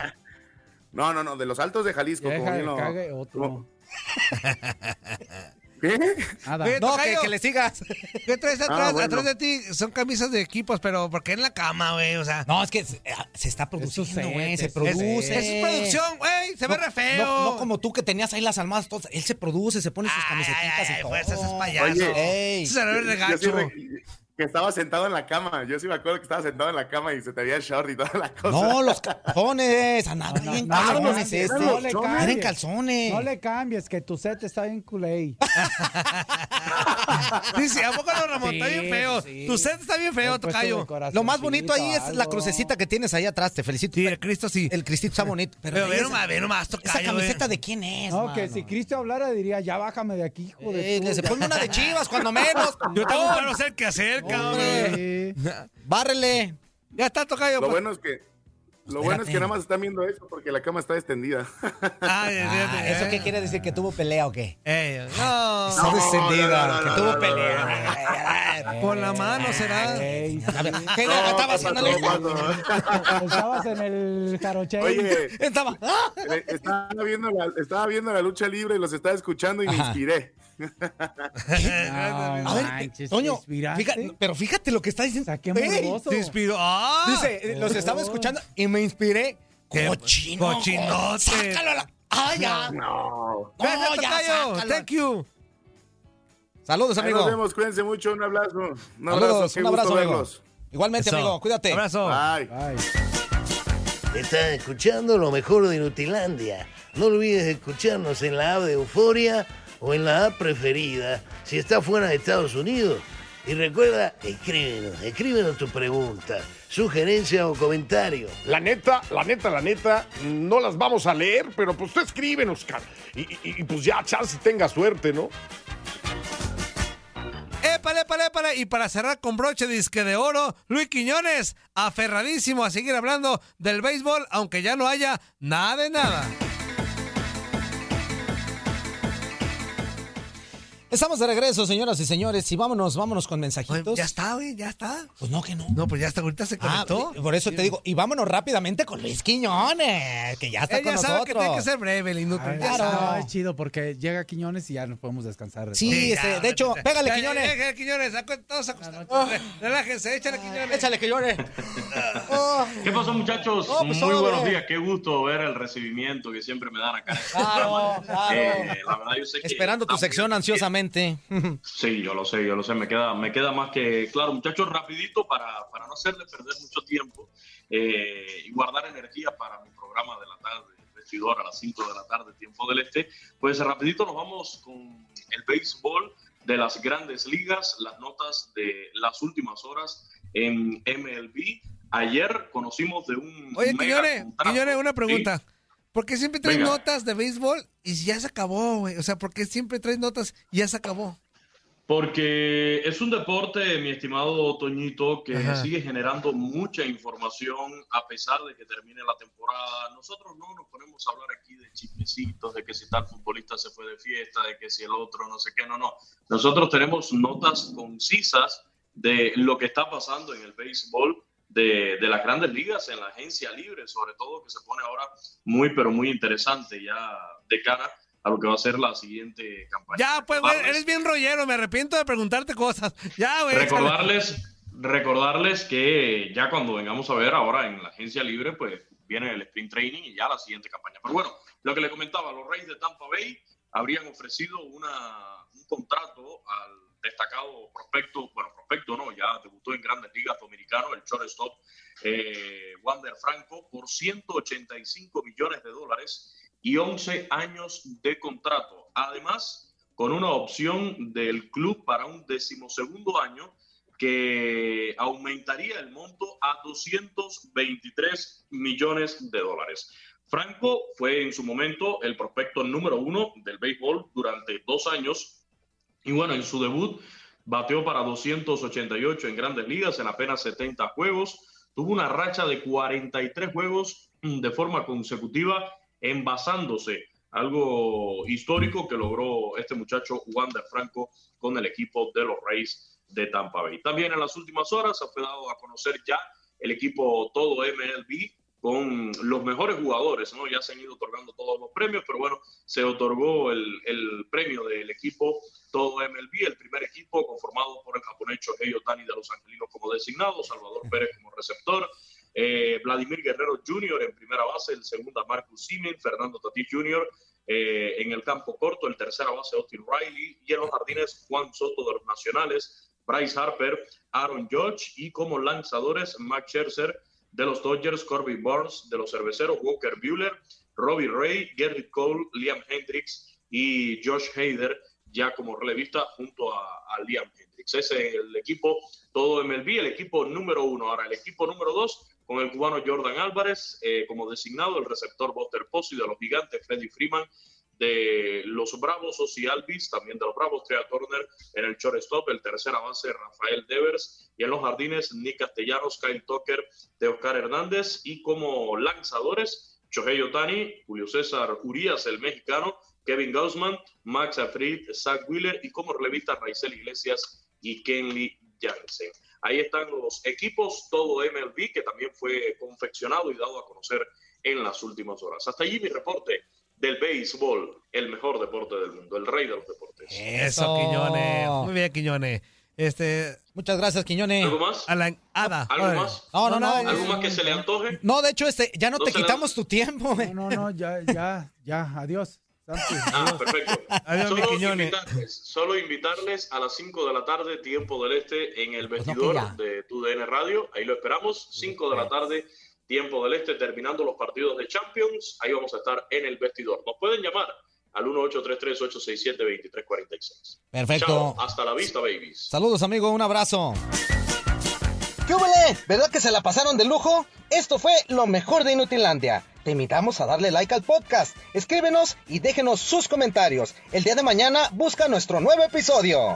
Speaker 1: No, no, no, de los altos de Jalisco.
Speaker 5: Que
Speaker 1: como
Speaker 5: deja
Speaker 1: bien
Speaker 5: que
Speaker 1: lo-
Speaker 5: cague otro.
Speaker 1: como- ¿Qué? Ah,
Speaker 5: Nada.
Speaker 3: Oye,
Speaker 4: No, que,
Speaker 3: Tocayo.
Speaker 4: que le sigas.
Speaker 3: ¿Qué traes atrás?
Speaker 1: bueno.
Speaker 3: Atrás de ti son camisas de equipos, pero ¿por qué en la cama, güey? O sea,
Speaker 4: No, es que se, eh, se está produciendo, güey. Se produce.
Speaker 3: es, es producción, güey. Se ve re feo.
Speaker 4: No, no como tú que tenías ahí las almadas todas. Él se produce, se pone sus
Speaker 3: Ay,
Speaker 4: camisetitas
Speaker 3: ay,
Speaker 4: y todo.
Speaker 3: fuerzas, es payaso.
Speaker 1: Oye,
Speaker 4: Ey.
Speaker 3: Eso se le ve re
Speaker 1: yo sí
Speaker 3: gacho.
Speaker 1: re- que estaba sentado en la cama. Yo sí me acuerdo que estaba sentado en la cama y se te veía el short y toda la cosa.
Speaker 4: No, los calzones. A nada, bien
Speaker 5: no,
Speaker 4: caro,
Speaker 5: no,
Speaker 4: no es
Speaker 5: no,
Speaker 4: este.
Speaker 5: no le
Speaker 4: Eran
Speaker 5: cambies.
Speaker 4: calzones.
Speaker 5: No le cambies, que tu set está bien culé.
Speaker 3: Dice, ¿a poco lo remontó bien feo? Tu set está bien feo, Tocayo.
Speaker 4: Lo más bonito ahí es la crucecita que tienes ahí atrás. Te felicito.
Speaker 3: Sí, el Cristo sí.
Speaker 4: El cristito está bonito. Pero,
Speaker 3: pero ve
Speaker 4: esa-
Speaker 3: nomás, ve nomás, Tocayo. eh.
Speaker 4: ¿Esa camiseta
Speaker 3: güey.
Speaker 4: de quién es?
Speaker 5: No, que
Speaker 4: mano? Eh,
Speaker 5: si Cristo hablara diría, ya bájame de aquí, hijo de
Speaker 4: Ey,
Speaker 5: tu-
Speaker 4: le se
Speaker 5: ya".
Speaker 4: pone una de chivas, cuando menos.
Speaker 3: Yo tengo un paro set que hacer, cabrón.
Speaker 5: Sí.
Speaker 4: Bárrele.
Speaker 3: Ya está, Tocayo.
Speaker 1: Lo
Speaker 3: pues.
Speaker 1: bueno es que. Lo bueno es
Speaker 4: pues, Espérate.
Speaker 1: que nada más están viendo eso porque la cama está extendida.
Speaker 3: Ay, fíjate,
Speaker 4: Ah, ¿Eso
Speaker 3: eh.
Speaker 4: qué quiere decir? ¿Que tuvo pelea o qué?
Speaker 3: Ey, no.
Speaker 4: Está descendida,
Speaker 1: no, no,
Speaker 4: que
Speaker 1: no,
Speaker 4: tuvo
Speaker 1: no, no,
Speaker 4: pelea.
Speaker 3: Con la mano será.
Speaker 5: Ey,
Speaker 4: A ver, ¿Qué
Speaker 1: No,
Speaker 4: estaba
Speaker 1: ¿qué
Speaker 4: haciendo?
Speaker 1: pasó, Pato?
Speaker 5: Estabas en el jaroche.
Speaker 1: Oye,
Speaker 4: Estaba. ¡Ah!
Speaker 1: eh, estaba viendo, la, estaba viendo la lucha libre y los estaba escuchando y me
Speaker 4: Ajá.
Speaker 1: inspiré.
Speaker 4: A ver,
Speaker 5: Manches,
Speaker 4: Toño,
Speaker 5: te inspiraste.
Speaker 4: fíjate- pero fíjate lo que está diciendo.
Speaker 5: Saqué
Speaker 4: Ey,
Speaker 5: morboso.
Speaker 3: Se inspiró. ¡Ah!
Speaker 4: Dice, eh, los estaba escuchando y me inspiré.
Speaker 3: Qué
Speaker 4: Cochino.
Speaker 3: cochinote.
Speaker 4: Sácalo a la. ¡Ah, ya!
Speaker 1: No.
Speaker 3: Gracias,
Speaker 4: No, ya,
Speaker 3: Tocayo.
Speaker 4: sácalo.
Speaker 3: Thank you.
Speaker 4: Saludos,
Speaker 1: Ahí nos
Speaker 4: amigo.
Speaker 1: vemos, cuídense mucho, un abrazo. Un abrazo,
Speaker 4: Saludos,
Speaker 1: qué
Speaker 4: un
Speaker 1: gusto
Speaker 4: abrazo, amigo.
Speaker 1: verlos.
Speaker 4: Igualmente,
Speaker 3: Eso.
Speaker 4: amigo, cuídate.
Speaker 3: Abrazo.
Speaker 1: Bye.
Speaker 5: Ay.
Speaker 2: Estás escuchando lo mejor de Nutilandia. No olvides escucharnos en la app de Euforia o en la app preferida si estás fuera de Estados Unidos. Y recuerda, escríbenos, escríbenos tu pregunta, sugerencia o comentario.
Speaker 9: La neta, la neta, la neta, no las vamos a leer, pero pues tú escríbenos, cara. Y, y- y, pues ya, chance tenga suerte, ¿no?
Speaker 3: Épale, épale, épale. Y para cerrar con broche disque de oro, Luis Quiñones, aferradísimo a seguir hablando del béisbol, aunque ya no haya nada de nada.
Speaker 4: Estamos de regreso, señoras y señores. Y vámonos, vámonos con mensajitos.
Speaker 3: Oye, ya está, güey, ya está.
Speaker 4: Pues no, que no.
Speaker 3: No, pues ya hasta ahorita se
Speaker 4: Ah,
Speaker 3: conectó.
Speaker 4: y- por eso te digo, y vámonos rápidamente con Luis Quiñones, que ya está
Speaker 3: Él
Speaker 4: con
Speaker 3: ya sabe
Speaker 4: nosotros.
Speaker 3: que tiene que ser breve, el inútil.
Speaker 5: Ay,
Speaker 3: ya
Speaker 4: claro.
Speaker 5: no,
Speaker 3: sabe.
Speaker 5: es chido porque llega Quiñones y ya nos podemos descansar.
Speaker 4: Sí,
Speaker 3: Sí,
Speaker 4: este,
Speaker 3: ya,
Speaker 4: de hecho,
Speaker 3: ya,
Speaker 4: pégale,
Speaker 3: ya,
Speaker 4: Quiñones.
Speaker 3: ya, ya, Quiñones, acu- todos acostados. Re- Relájense, échale, Quiñones.
Speaker 4: Échale, Quiñones. Oh,
Speaker 10: ¿Qué pasó, muchachos?
Speaker 4: No, pues,
Speaker 10: Muy
Speaker 4: todo
Speaker 10: buenos
Speaker 4: bien.
Speaker 10: días. Qué gusto ver el recibimiento que siempre me dan acá. en este
Speaker 4: Claro,
Speaker 10: programa.
Speaker 4: claro.
Speaker 10: Eh, la verdad, yo sé que
Speaker 4: Esperando tu
Speaker 10: está muy
Speaker 4: sección
Speaker 10: bien.
Speaker 4: obviamente.
Speaker 10: Sí, yo lo sé, yo lo sé. Me queda, me queda más que claro, muchachos, rapidito para, para no hacerle perder mucho tiempo eh, y guardar energía para mi programa de la tarde, vestidor a las 5 de la tarde, tiempo del este. Pues rapidito nos vamos con el béisbol de las grandes ligas, las notas de las últimas horas en MLB. Ayer conocimos de un...
Speaker 3: Oye,
Speaker 10: mega
Speaker 3: Quiñone,
Speaker 10: contrato.
Speaker 3: Quiñone, una pregunta. ¿Por qué siempre traes
Speaker 10: Venga.
Speaker 3: notas de béisbol y ya se acabó, güey? O sea, ¿por qué siempre traes notas y ya se acabó?
Speaker 10: Porque es un deporte, mi estimado Toñito, que
Speaker 3: Ajá.
Speaker 10: sigue generando mucha información a pesar de que termine la temporada. Nosotros no nos ponemos a hablar aquí de chismecitos, de que si tal futbolista se fue de fiesta, de que si el otro no sé qué, no, no. Nosotros tenemos notas concisas de lo que está pasando en el béisbol de, de las grandes ligas, en la agencia libre, sobre todo, que se pone ahora muy, pero muy interesante ya de cara a lo que va a ser la siguiente campaña.
Speaker 3: Ya, pues, güey,
Speaker 10: Vamos.
Speaker 3: eres bien rollero, me arrepiento de preguntarte cosas. Ya, güey. échale.
Speaker 10: Recordarles, recordarles que ya cuando vengamos a ver ahora en la agencia libre, pues viene el sprint training y ya la siguiente campaña. Pero bueno, lo que le comentaba, los Reyes de Tampa Bay habrían ofrecido una, un contrato al destacado prospecto, bueno, prospecto no, ya debutó en grandes ligas dominicano, el shortstop eh, Wander Franco, por 185 millones de dólares y 11 años de contrato. Además, con una opción del club para un decimosegundo año que aumentaría el monto a 223 millones de dólares. Franco fue en su momento el prospecto número uno del béisbol durante dos años y bueno, en su debut bateó para 288 en grandes ligas en apenas 70 juegos. Tuvo una racha de 43 juegos mm, de forma consecutiva envasándose. Algo histórico que logró este muchacho Wander Franco con el equipo de los Reyes de Tampa Bay. También en las últimas horas se fue dado a conocer ya el equipo todo MLB con los mejores jugadores, ¿no? Ya se han ido otorgando todos los premios, pero bueno, se otorgó el, el premio del equipo todo MLB, el primer equipo conformado por el japonés Shohei Otani de los Angelinos como designado, Salvador Pérez como receptor, eh, Vladimir Guerrero Jr. en primera base, el segunda Marcus Simen, Fernando Tatís Jr. eh, en el campo corto, el tercera base Austin Riley y en los jardines Juan Soto de los Nacionales, Bryce Harper, Aaron Judge y como lanzadores Max Scherzer de los Dodgers, Corby Burns de los Cerveceros, Walker Buehler, Robbie Ray, Gary Cole, Liam Hendricks y Josh Hader ya como relevista junto a, a Liam Hendricks. Ese es el equipo todo MLB, el equipo número uno. Ahora, el equipo número dos con el cubano Jordan Álvarez eh, como designado, el receptor Buster Posey de los Gigantes, Freddy Freeman de los Bravos, Ozzy Alvis, también de los Bravos, Trea Turner en el shortstop, el tercer avance Rafael Devers y en los jardines Nick Castellanos, Kyle Tucker de Oscar Hernández y como lanzadores Chohei Otani, Julio César Urias, el mexicano, Kevin Gaussman, Max Afrid, Zach Wheeler y como relevista Raizel Iglesias y Kenley Jansen. Ahí están los equipos, todo MLB que también fue confeccionado y dado a conocer en las últimas horas. Hasta allí mi reporte del béisbol, el mejor deporte del mundo, el rey de los deportes.
Speaker 3: Eh, Eso, Quiñones. Muy bien, Quiñones. Este.
Speaker 4: Muchas gracias, Quiñones.
Speaker 10: ¿Algo más?
Speaker 3: Alan, Ada.
Speaker 10: ¿Algo
Speaker 3: órale.
Speaker 10: más?
Speaker 4: No, no, no.
Speaker 10: ¿Algo más que se le antoje?
Speaker 4: No, de hecho, este, ya no,
Speaker 10: No
Speaker 4: te
Speaker 10: se la-
Speaker 4: quitamos tu tiempo. eh.
Speaker 5: No, no, no, ya, ya, ya, adiós. Santi.
Speaker 10: Ah, perfecto.
Speaker 3: Adiós, mi
Speaker 10: solo,
Speaker 3: Quiñones.
Speaker 10: invitarles, solo invitarles a las 5 de la tarde, tiempo del este, en el
Speaker 4: Pues
Speaker 10: vestidor
Speaker 4: ya.
Speaker 10: de tu DN Radio. Ahí lo esperamos. 5 de la tarde, tiempo del este, terminando los partidos de Champions. Ahí vamos a estar en el vestidor. Nos pueden llamar al 1833-867-2346.
Speaker 4: Perfecto.
Speaker 10: Chao, hasta la vista, babies.
Speaker 4: Saludos, amigo. Un abrazo.
Speaker 11: ¿Qué hubole? ¿Verdad que se la pasaron de lujo? Esto fue lo mejor de Inutilandia. Te invitamos a darle like al podcast, escríbenos y déjenos sus comentarios. El día de mañana busca nuestro nuevo episodio.